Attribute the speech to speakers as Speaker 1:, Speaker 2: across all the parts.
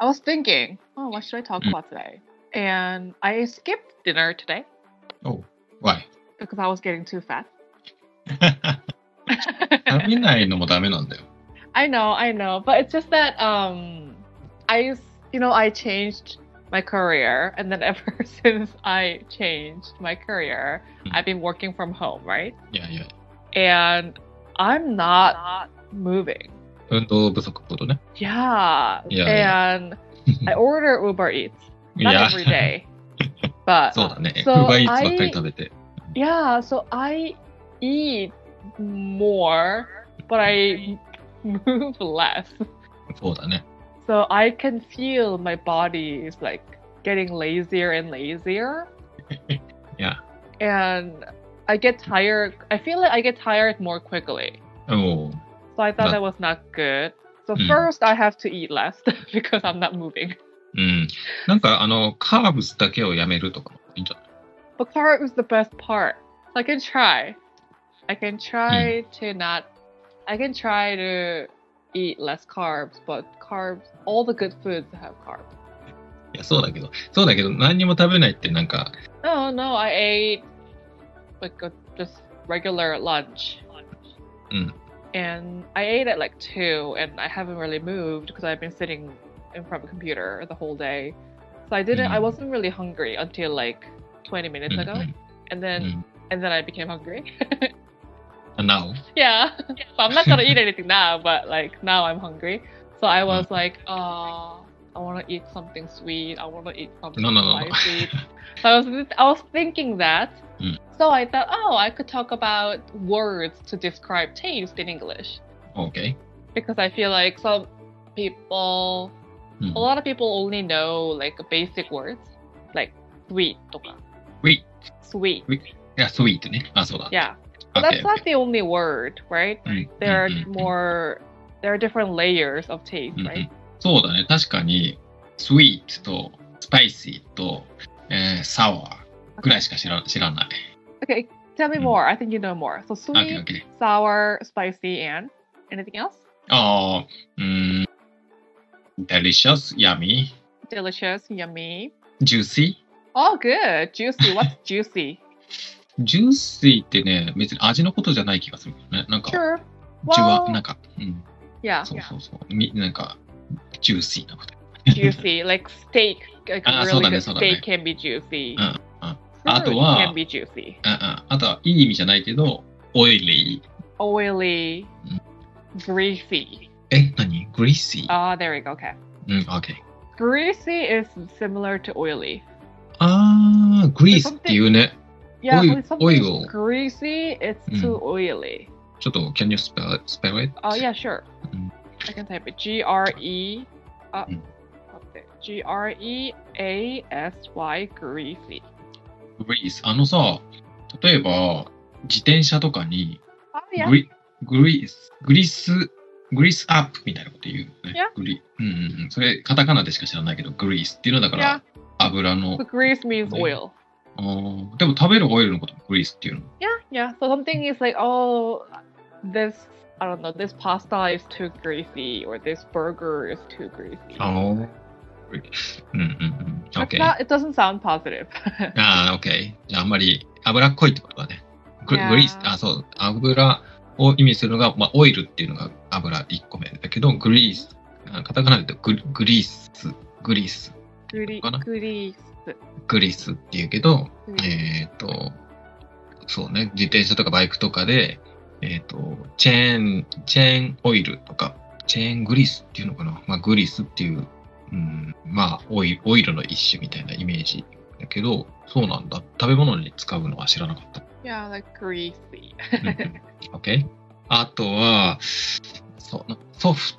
Speaker 1: I was thinking, oh, what should I talk about today? And I skipped dinner today
Speaker 2: Oh, why?
Speaker 1: because I was getting too fat.
Speaker 2: 食べないのもダメなんだよ。
Speaker 1: I know, I know, but it's just that um, I, s- you know, I changed my career, and then ever since I changed my career,
Speaker 2: Mm.
Speaker 1: I've been working from home, right?
Speaker 2: いやいや、
Speaker 1: And I'm not moving.
Speaker 2: 運動不足ってことね。
Speaker 1: Yeah,
Speaker 2: Yeah,
Speaker 1: and I order Uber Eats
Speaker 2: い
Speaker 1: not
Speaker 2: や、
Speaker 1: every day, but
Speaker 2: そうだね。
Speaker 1: So
Speaker 2: 不買イーツばっかり食べて。
Speaker 1: yeah, so I eat more, but I move less.
Speaker 2: そうだね。
Speaker 1: So I can feel my body is like getting lazier and lazier.
Speaker 2: Yeah.
Speaker 1: And I get tired. I feel like I get tired more quickly.
Speaker 2: おお、
Speaker 1: So I thought that
Speaker 2: But-
Speaker 1: was not good. So
Speaker 2: Mm.
Speaker 1: first I have to eat less because I'm not moving.
Speaker 2: うん。なんか、あの、カーブスだけをやめるとかもいいんじゃない
Speaker 1: But carb is the best part. I can try. I can try to not. I can try to eat less carbs, but carbs, all the good foods have carbs.
Speaker 2: いや、そうだけど、そうだけど、何にも食べないって、なんか、
Speaker 1: No, no, I ate like a, just regular lunch.
Speaker 2: Mm.
Speaker 1: And I ate at like two, and I haven't really moved because I've been sitting in front of a computer the whole day. So I didn't. I
Speaker 2: Mm.
Speaker 1: wasn't really hungry until like 20 minutes
Speaker 2: うんう
Speaker 1: ago,
Speaker 2: ん
Speaker 1: and then
Speaker 2: うん
Speaker 1: and then I became hungry.
Speaker 2: あなお。
Speaker 1: Yeah. But I'm not gonna eat anything now, but like now I'm hungry. So I was
Speaker 2: Mm.
Speaker 1: like, uh I wanna eat something sweet, I wanna eat something
Speaker 2: No, no, no, no.
Speaker 1: spicy. so I was I was thinking that.
Speaker 2: Mm.
Speaker 1: So I thought, oh, I could talk about words to describe taste in English.
Speaker 2: OK?
Speaker 1: Because I feel like some people
Speaker 2: うん
Speaker 1: a lot of people only know like basic words. Like sweet とか
Speaker 2: Sweet.
Speaker 1: Sweet.
Speaker 2: いや、スイートね。あ、そうだ。
Speaker 1: Yeah. But that's
Speaker 2: OK
Speaker 1: not the only word, right?
Speaker 2: うん
Speaker 1: there are
Speaker 2: うんうんうん
Speaker 1: more there are different layers of taste
Speaker 2: うんうん
Speaker 1: right
Speaker 2: そうだね。確かに、スイートと、スパイシーと、えー、サワーぐらいしか知ら知らない。
Speaker 1: okay tell me
Speaker 2: Mm.
Speaker 1: more i think you know more so sweet
Speaker 2: OK, OK.
Speaker 1: sour spicy and anything else
Speaker 2: ああ、うーん。delicious, yummy,
Speaker 1: delicious yummy
Speaker 2: juicy.
Speaker 1: oh good juicy what's juicy
Speaker 2: juicy ってね、別に味のことじゃない気がするけどね。なんか、
Speaker 1: sure
Speaker 2: うちは、
Speaker 1: Well-
Speaker 2: なんか、うん、
Speaker 1: yeah
Speaker 2: そう そうそう。みなんか、ジューシーなこと。
Speaker 1: juicy like steak like
Speaker 2: Ah,
Speaker 1: really
Speaker 2: そうだね、
Speaker 1: good
Speaker 2: そうだね。
Speaker 1: steak can be juicy
Speaker 2: うん、うん。
Speaker 1: Fruit
Speaker 2: あとは、
Speaker 1: can be juicy
Speaker 2: うんうん。あとは、いい意味じゃないけど、オイリー。
Speaker 1: oily
Speaker 2: うん。
Speaker 1: greasy
Speaker 2: え、何グリーシー。
Speaker 1: ah there we go okay
Speaker 2: うん、OK。
Speaker 1: greasy is similar to oily
Speaker 2: あー、グリースっていうね。
Speaker 1: yeah
Speaker 2: Oil-
Speaker 1: when something's
Speaker 2: oil.
Speaker 1: greasy it's
Speaker 2: Mm.
Speaker 1: too oily
Speaker 2: ちょっと、can you spell, spell it?
Speaker 1: Oh yeah, sure.
Speaker 2: Mm.
Speaker 1: I can type it. G R E. Uh,
Speaker 2: Mm.
Speaker 1: okay. G R E A S Y greasy.
Speaker 2: グリース。あのさ、例えば、自転車とかに
Speaker 1: Oh yeah.
Speaker 2: グリ、グリース、グリス、グリスアップみたいなこと言うよ
Speaker 1: い
Speaker 2: ね
Speaker 1: や。
Speaker 2: グリ。うんうんうん。それ、カタカナでしか知らないけど、グリースっていうのはだか
Speaker 1: Yeah.
Speaker 2: ら、油の
Speaker 1: So。grease means
Speaker 2: Yeah.
Speaker 1: oil.
Speaker 2: あーでも食べるオイルのこともグリースっていうの。
Speaker 1: Yeah, yeah. So something is like, oh, this I don't know, this pasta is too greasy, or this burger is too greasy.
Speaker 2: あ。うんうんうん。
Speaker 1: It's
Speaker 2: OK。
Speaker 1: not, it doesn't sound positive.
Speaker 2: ああ、OK。じゃあ、あんまり油っこいってことだね。グ
Speaker 1: いやー
Speaker 2: グリース、あ、そう。油を意味するのが、まあ、オイルっていうのが油1個目だけど、グリース、あカタカナで言うとグリグリース、グリース、
Speaker 1: Greasy,
Speaker 2: Gonna-
Speaker 1: greasy.
Speaker 2: グリースっていうけど、えっ、と、そうね、自転車とかバイクとかで、えっ、と、チェーン、チェーンオイルとか、チェーングリスっていうのかな。まあ、グリスっていう、うん、まあオイ、オイルの一種みたいなイメージだけど、そうなんだ。食べ物に使うのは知らなかった。
Speaker 1: Yeah, like greasy.
Speaker 2: うんうん OK? あとは、そうなソフト。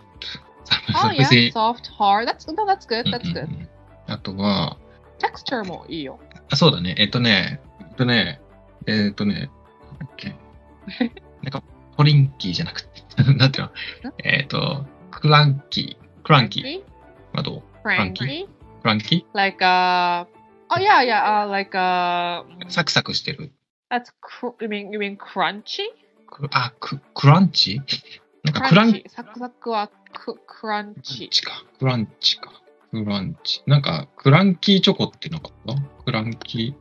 Speaker 1: Oh
Speaker 2: サ ブ
Speaker 1: yeah,
Speaker 2: セ
Speaker 1: soft, hard. That's no, that's good. That's
Speaker 2: うん
Speaker 1: good.
Speaker 2: うんうんあとは、
Speaker 1: Texture もいいよ。
Speaker 2: あ、そうだね。えっとね、えっとね、えっとね、なんだっ けなんか、ポリンキーじゃなくて、 なんていうのえっと、クランキー、クランキ
Speaker 1: Cranky?
Speaker 2: ーはどう
Speaker 1: Cranky?
Speaker 2: クランキ
Speaker 1: Like uh oh yeah yeah uh, like uh
Speaker 2: ーサクサクしてる。
Speaker 1: that's cr- you mean you mean crunchy?
Speaker 2: くあ、く、クランチなんかクラン、
Speaker 1: サクサクはククラン
Speaker 2: クラン
Speaker 1: チ。
Speaker 2: チか。クランチか。クランチ。なんか、クランキーチョコっていうのかなクランキ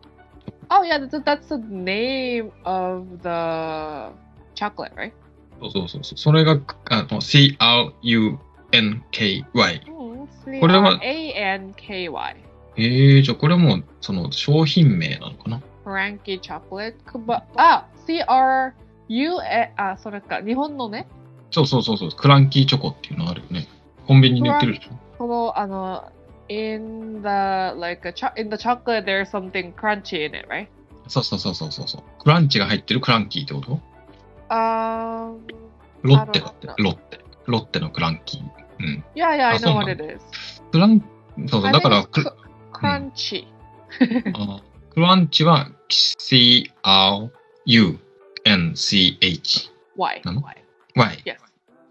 Speaker 1: Oh yeah, that's, that's the name of the chocolate, right?
Speaker 2: ー。そうそうそうそう。それが、あの、C-R-U-N-K-Y。
Speaker 1: こ
Speaker 2: これは
Speaker 1: A N K Y
Speaker 2: ええじゃあこれも、その、商品名なのかな
Speaker 1: Cranky Chocolate くばあ C R U A あそれか日本のね
Speaker 2: そうそうそうそう。クランキーチョコっていうのあるよね。コンビニに売ってるでしょ
Speaker 1: このあの in the like a cho- in the chocolate there's something crunchy in it, right?
Speaker 2: そうそうそうそうそうそう。クランチが入ってるクランキーってこと
Speaker 1: Um,
Speaker 2: ロッテだって
Speaker 1: あ。
Speaker 2: ロッテ。ロッテのクランキー。うん。
Speaker 1: yeah, yeah, I
Speaker 2: あそう
Speaker 1: know
Speaker 2: な
Speaker 1: what it
Speaker 2: の
Speaker 1: is.
Speaker 2: クラン、そうそう。だから
Speaker 1: I think
Speaker 2: ク
Speaker 1: it's、cr- crunchy.
Speaker 2: あクランチは C-R-U-N-C-H。
Speaker 1: Why?
Speaker 2: なの
Speaker 1: Why?
Speaker 2: Y。
Speaker 1: Yes,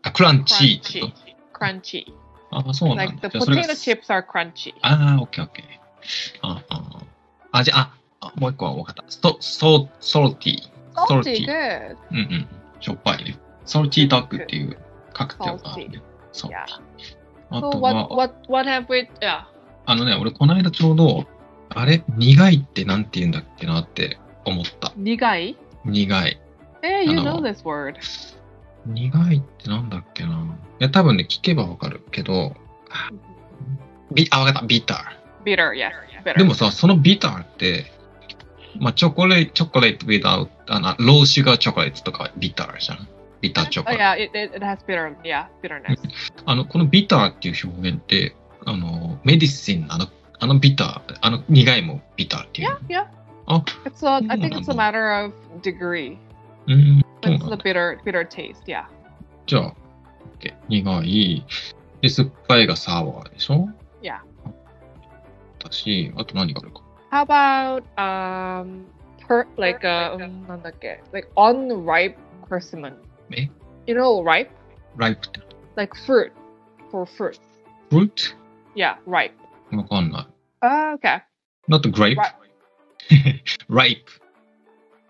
Speaker 2: あ、クランチってこ
Speaker 1: crunchy. Crunchy.
Speaker 2: とあ、そうなん
Speaker 1: Like
Speaker 2: だ。
Speaker 1: the
Speaker 2: じゃあそれが
Speaker 1: potato chips are crunchy.
Speaker 2: ああ、オッケーオッケー。ああ、あじゃあ、あ、もう一個は分かった。スト、ソ、ソルティ。
Speaker 1: Salty,
Speaker 2: salty.
Speaker 1: good.
Speaker 2: うんうん。しょっぱいね。ソルティーダックっていうカクテルがあるね。ソルテ
Speaker 1: Yeah.
Speaker 2: ィあ
Speaker 1: So
Speaker 2: と
Speaker 1: what
Speaker 2: は、
Speaker 1: what what have we? Yeah.
Speaker 2: あのね、俺この間ちょうど、あれ苦いってなんて言うんだっけなって思った。
Speaker 1: Nigai.
Speaker 2: 苦い。
Speaker 1: Hey, you
Speaker 2: あの、
Speaker 1: know this word.
Speaker 2: 苦いってなんだっけないや、多分ね、聞けばわかるけど、ビ、あ、わかった、ビタ
Speaker 1: Bitter, yes.
Speaker 2: ー。で
Speaker 1: Bitter.
Speaker 2: もさ、そのビターって、まあ、チョコレート、チョコレートビター、あの、ローシュガーチョコレートとかビターじゃん。ビターチョ
Speaker 1: Oh
Speaker 2: コレート。
Speaker 1: yeah, it, it, it has bitter. Yeah, bitterness.
Speaker 2: あの、このビターっていう表現って、あの、メディシンのあの、あのビター、あの苦いもビターっていう
Speaker 1: Yeah, yeah.
Speaker 2: Oh.
Speaker 1: It's a, I think
Speaker 2: Mm.
Speaker 1: it's a matter of degree.
Speaker 2: の。うん、そう
Speaker 1: It's
Speaker 2: な
Speaker 1: the
Speaker 2: んだ。
Speaker 1: bitter bitter taste. Yeah.
Speaker 2: じゃあ、OK 苦い。で、酸っぱいがサワーでしょ
Speaker 1: Yeah.
Speaker 2: だし、あと何があるか。
Speaker 1: How about um per like uh um, なんだっけ? like unripe persimmon.
Speaker 2: Eh?
Speaker 1: You know ripe
Speaker 2: ライプって。
Speaker 1: like fruit for fruits.
Speaker 2: フルーツ
Speaker 1: Yeah, ripe.
Speaker 2: わかんない。
Speaker 1: Uh, okay,
Speaker 2: not grape.
Speaker 1: Right.
Speaker 2: Ripe.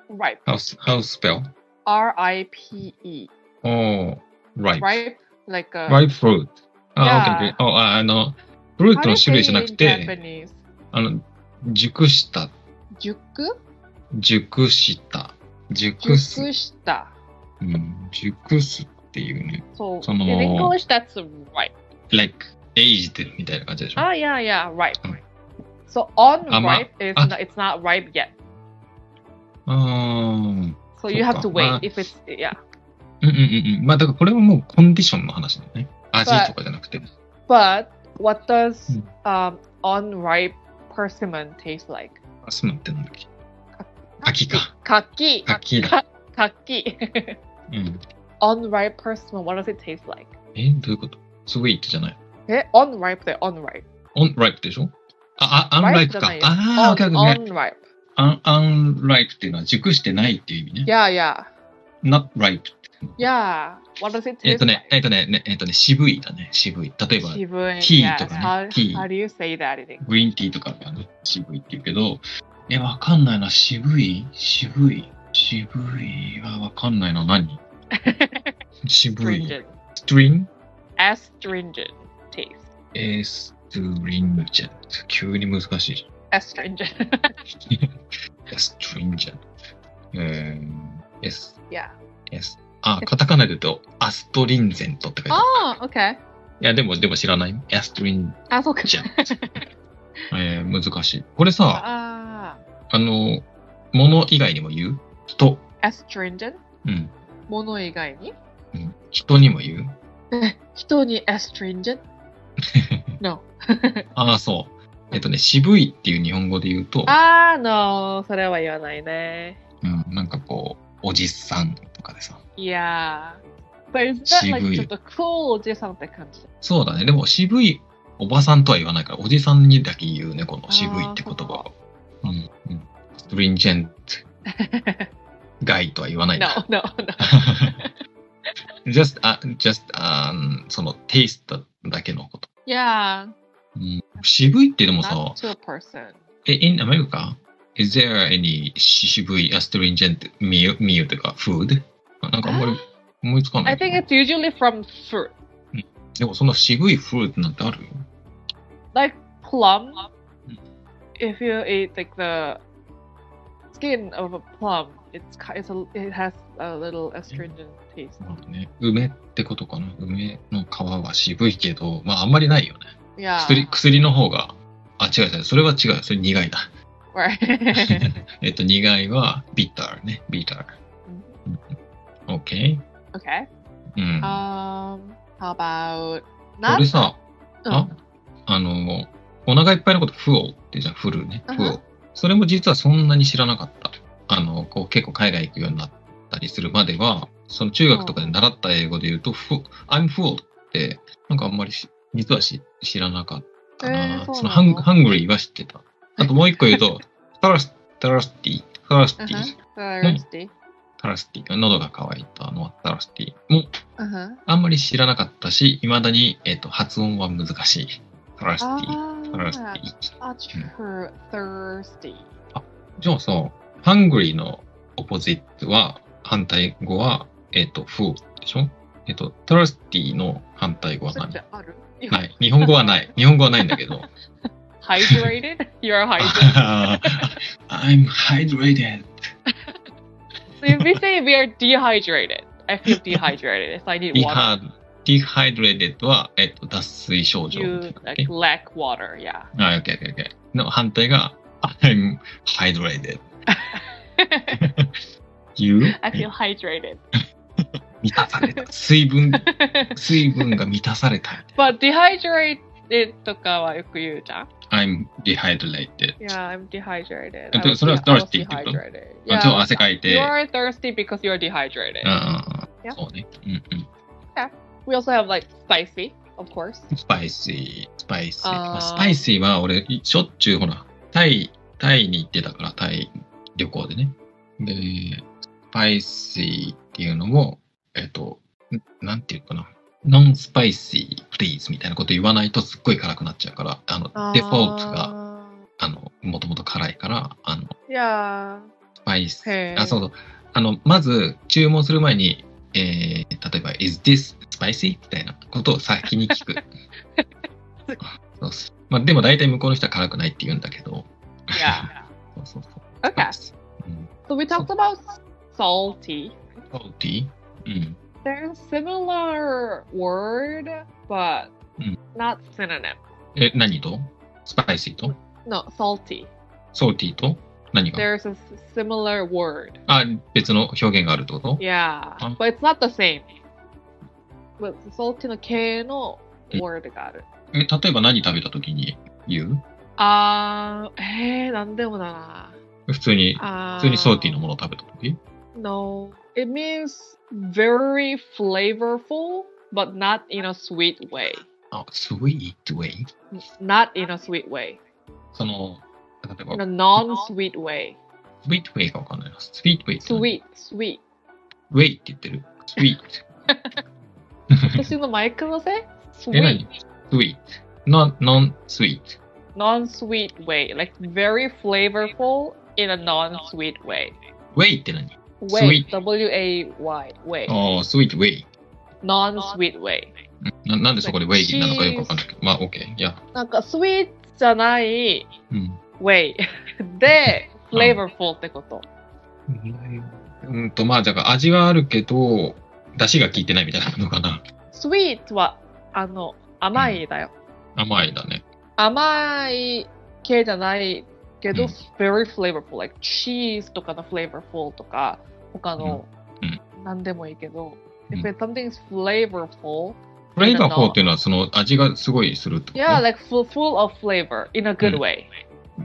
Speaker 1: ripe.
Speaker 2: How, s- how spell?
Speaker 1: R I P E.
Speaker 2: Oh, ripe.
Speaker 1: Ripe like uh, a.
Speaker 2: Ripe fruit. あ、
Speaker 1: Yeah.
Speaker 2: yeah. ああの、フルー
Speaker 1: How
Speaker 2: ツ
Speaker 1: do
Speaker 2: の
Speaker 1: you
Speaker 2: 種
Speaker 1: say
Speaker 2: 類じゃな
Speaker 1: in
Speaker 2: くて、
Speaker 1: Japanese?
Speaker 2: あの、熟した、
Speaker 1: 熟
Speaker 2: 熟した、熟す。
Speaker 1: 熟した。
Speaker 2: うん、熟すっていうね。
Speaker 1: So,
Speaker 2: その
Speaker 1: in English, that's ripe.
Speaker 2: like, aged みたいな感じでしょ。
Speaker 1: Ah, yeah, yeah, ripe.
Speaker 2: うん
Speaker 1: So, on
Speaker 2: あま
Speaker 1: ripe is
Speaker 2: あ
Speaker 1: not, it's not ripe yet.
Speaker 2: うーん。
Speaker 1: So, you have to
Speaker 2: そっか
Speaker 1: wait
Speaker 2: まあ
Speaker 1: if it's, yeah.
Speaker 2: うんうんうんうん。まあだからこれはもうコンディションの話だよね。味とかじゃなくて。
Speaker 1: But, what does
Speaker 2: うん。
Speaker 1: um, unripe persimmon taste like?
Speaker 2: あ、そうなんてなんだっけ。秋か。
Speaker 1: Kaki.
Speaker 2: 秋だ。
Speaker 1: Kaki.
Speaker 2: うん。
Speaker 1: unripe persimmon, what does it taste like?
Speaker 2: え、どういうことスウィートじゃない。
Speaker 1: え unripe で unripe.
Speaker 2: オンライプでしょあ、あ、アンライ
Speaker 1: Ripe じ
Speaker 2: プ
Speaker 1: ゃ
Speaker 2: か
Speaker 1: な。いよ。
Speaker 2: ああ、オッケーオッケーオッケー
Speaker 1: on, unripe.
Speaker 2: アン、アンライプっていうのは熟してないっていう意味ね。
Speaker 1: Yeah, yeah.
Speaker 2: not ripe。
Speaker 1: Yeah. What does it
Speaker 2: えっ
Speaker 1: taste
Speaker 2: とね
Speaker 1: like?、
Speaker 2: えっとね、ねえっとね、渋いだね、渋い。例えば、
Speaker 1: 渋い
Speaker 2: tea
Speaker 1: Yes.
Speaker 2: とかね
Speaker 1: How-
Speaker 2: tea
Speaker 1: How do you say that in English?
Speaker 2: グリーンティーとかがね、渋いって言うけど、え、わかんないな、渋い渋い渋いはわかんないな、何渋い。
Speaker 1: Astringent.
Speaker 2: ストリン
Speaker 1: Astringent taste.
Speaker 2: エストリンジェント。急に難しいじ
Speaker 1: Astringent.
Speaker 2: ゃん。エストリンジェント。えー、エス、
Speaker 1: yeah.
Speaker 2: エス。あ、カタカナで言うと、アストリンゼントって書いてある。
Speaker 1: Oh, okay.
Speaker 2: いや、でも、でも知らないアストリン
Speaker 1: あ、そうか。
Speaker 2: ジェ ント。えー、難しい。これさ、
Speaker 1: あ
Speaker 2: あの、もの以外にも言う人。
Speaker 1: あ。astringent?
Speaker 2: うん。
Speaker 1: もの以外に
Speaker 2: うん人にも言う
Speaker 1: 人に astringent? No.
Speaker 2: ああ、そう。えっとね、渋いっていう日本語で言うと、
Speaker 1: あー、no. それは言わないね。
Speaker 2: うん、なんかこう、おじさんとかでさ。
Speaker 1: Yeah. But is that like
Speaker 2: 渋い
Speaker 1: ちょっと cool おじさんって感じ
Speaker 2: そうだね。でも渋いおばさんとは言わないから、おじさんにだけ言うね、この渋いって言葉を。うん、うん。ストリンジェント、ガイとは言わな い
Speaker 1: No, no,
Speaker 2: な。
Speaker 1: no.
Speaker 2: just, あ just, あーその、テイストだけのこと。
Speaker 1: Yeah.
Speaker 2: うん、渋いってでもさ
Speaker 1: Not、to a person.
Speaker 2: え、in America, is there any 渋い astringent meal, meal とか food? なんかあんまり思いつかない。
Speaker 1: I think it's usually from fruit.
Speaker 2: でもそんな渋いフルーツなんてある
Speaker 1: Like plum,
Speaker 2: Mm.
Speaker 1: if you eat like the skin of a plum, it's ki- it's a, it has a little astringent taste.
Speaker 2: まあね、梅ってことかな。梅の皮は渋いけど、まああんまりないよね。
Speaker 1: Yeah.
Speaker 2: 薬薬の方が、あ、違う違う、それは違う、それ苦いだ。
Speaker 1: Right.
Speaker 2: えっと、苦いはビターね、ビター。OK?
Speaker 1: okay.
Speaker 2: うん。
Speaker 1: Um. How about
Speaker 2: こ
Speaker 1: not?
Speaker 2: れさ、あ
Speaker 1: Oh,
Speaker 2: あの、お腹いっぱいのこと、フオってじゃん、フルね、
Speaker 1: うん
Speaker 2: フオ。それも実はそんなに知らなかった。あの、こう結構海外行くようになったりするまでは、その中学とかで習った英語で言うと、フオ、I'm full って、なんかあんまりし実はし知らなかったな。
Speaker 1: えーそうなの
Speaker 2: そのハン、ハングリーは知ってた。あともう一個言うと、タラス、タラスティ、タラスティ、
Speaker 1: Uh-huh. thirsty.
Speaker 2: タラスティ、喉が渇いたのはタラスティも
Speaker 1: Uh huh.
Speaker 2: あんまり知らなかったし、未だに、えっと発音は難しい。トラスティ。トラステ
Speaker 1: Ah,
Speaker 2: ィ。
Speaker 1: ultra thirsty.
Speaker 2: じゃあさ、ハングリーのオポジットは、反対語は、えっ、と、フーでしょえっ、と、トラスティの反対語は何な
Speaker 1: Hydrated?
Speaker 2: い。日本語はない。日本語はないんだけど。
Speaker 1: You're
Speaker 2: Ah.
Speaker 1: hydrated.
Speaker 2: あー I'm hydrated.
Speaker 1: so if we say we are dehydrated, I feel dehydrated. If I need water,
Speaker 2: Deha- dehydrated は、えっ、と、脱水症状
Speaker 1: you
Speaker 2: みたいな
Speaker 1: like lack water. Yeah.
Speaker 2: あ、OK、OK、OK。の反対が、I'm hydrated. you?
Speaker 1: I feel hydrated.
Speaker 2: 満たされた。水分、水分が満たされた。
Speaker 1: but dehydrated とかはよく言うじゃん
Speaker 2: I'm dehydrated.
Speaker 1: Yeah, I'm dehydrated.
Speaker 2: えっと、
Speaker 1: I was-
Speaker 2: それは
Speaker 1: I was
Speaker 2: thirsty ってこと？
Speaker 1: dehydrated.
Speaker 2: あちょっと
Speaker 1: Yeah.
Speaker 2: 汗かい
Speaker 1: You
Speaker 2: て。
Speaker 1: are thirsty because you are dehydrated.
Speaker 2: Ah. ああ
Speaker 1: Yeah.
Speaker 2: そうね。うんうん。
Speaker 1: We also have like spicy, of course.
Speaker 2: スパイシー、スパイシー。
Speaker 1: あー
Speaker 2: まあ、スパイシーは俺、しょっちゅうほら、タイ、タイに行ってたから、タイ旅行でね。で、スパイシーっていうのも、えっと、んなんていうかな。ノンスパイシー、プリーズみたいなこと言わないとすっごい辛くなっちゃうから、あの、デフォ
Speaker 1: Uh,
Speaker 2: ルトが、
Speaker 1: あー。
Speaker 2: あの、もともと辛いから、あの、
Speaker 1: Yeah.
Speaker 2: スパイス
Speaker 1: へ。ー
Speaker 2: あ、そうそう。あの、まず、注文する前に、えー、例えば、is this spicy? みたいなことを先に 聞く。そうっすまあ、でも大体向こうの人は辛くないって言うんだけど。
Speaker 1: Yeah.
Speaker 2: そうそうそう。
Speaker 1: Okay.
Speaker 2: うん。
Speaker 1: So we talked about salty.
Speaker 2: ソルティうん。
Speaker 1: There's similar word, but
Speaker 2: Mm.
Speaker 1: not synonym.
Speaker 2: え、何とスパイシーと
Speaker 1: No, salty.
Speaker 2: ソルティと何が
Speaker 1: There's a s- similar word.
Speaker 2: あ、別の表現があるってこと
Speaker 1: Yeah,
Speaker 2: Huh?
Speaker 1: but it's not the same. But salty の系の
Speaker 2: Hmm.
Speaker 1: word がある。
Speaker 2: え、例えば何食べた時に言う
Speaker 1: あー、えー、なんでもだな。
Speaker 2: 普通に、
Speaker 1: あ
Speaker 2: 普通にソルティのものを食べた時
Speaker 1: No, it means very flavorful, but not in a sweet way.
Speaker 2: あ、sweet way?
Speaker 1: Not in a sweet way.
Speaker 2: その、例えば
Speaker 1: In a non-sweet way.
Speaker 2: スイートウェイがわかんないな。スイートウェイって何。
Speaker 1: Sweet, sweet.
Speaker 2: ウェイって言ってる。スイ ート。
Speaker 1: 私のマイクのせい
Speaker 2: え、何
Speaker 1: ?sweet,
Speaker 2: スイート。non, non, sweet.
Speaker 1: non-sweet way. Like very flavorful in a non-sweet way.
Speaker 2: ウェイって何
Speaker 1: Way,
Speaker 2: Sweet. Oh.
Speaker 1: W-A-Y, way.
Speaker 2: ああ、スイートウェイ。
Speaker 1: non-sweet way.
Speaker 2: ななんでそこでウェイなのかよくわかんないけど。まあ、OK。いや。
Speaker 1: なんか sweet じゃない
Speaker 2: うん。
Speaker 1: way で flavorful ってこと。
Speaker 2: うんと、まあ、だから味はあるけど、出汁が効いてないみたいなのかな。
Speaker 1: sweet はあの甘いだよ。
Speaker 2: 甘いだね。
Speaker 1: 甘い系じゃないけど、
Speaker 2: うん
Speaker 1: very flavorful。like チーズとかの flavorful とか他の
Speaker 2: うん
Speaker 1: 何でもいいけど、
Speaker 2: うん
Speaker 1: if it's something is flavorful,
Speaker 2: フレーバー4っていうのは、その味がすごいするってこと
Speaker 1: yeah, like full, full of flavor in a good
Speaker 2: うん
Speaker 1: way.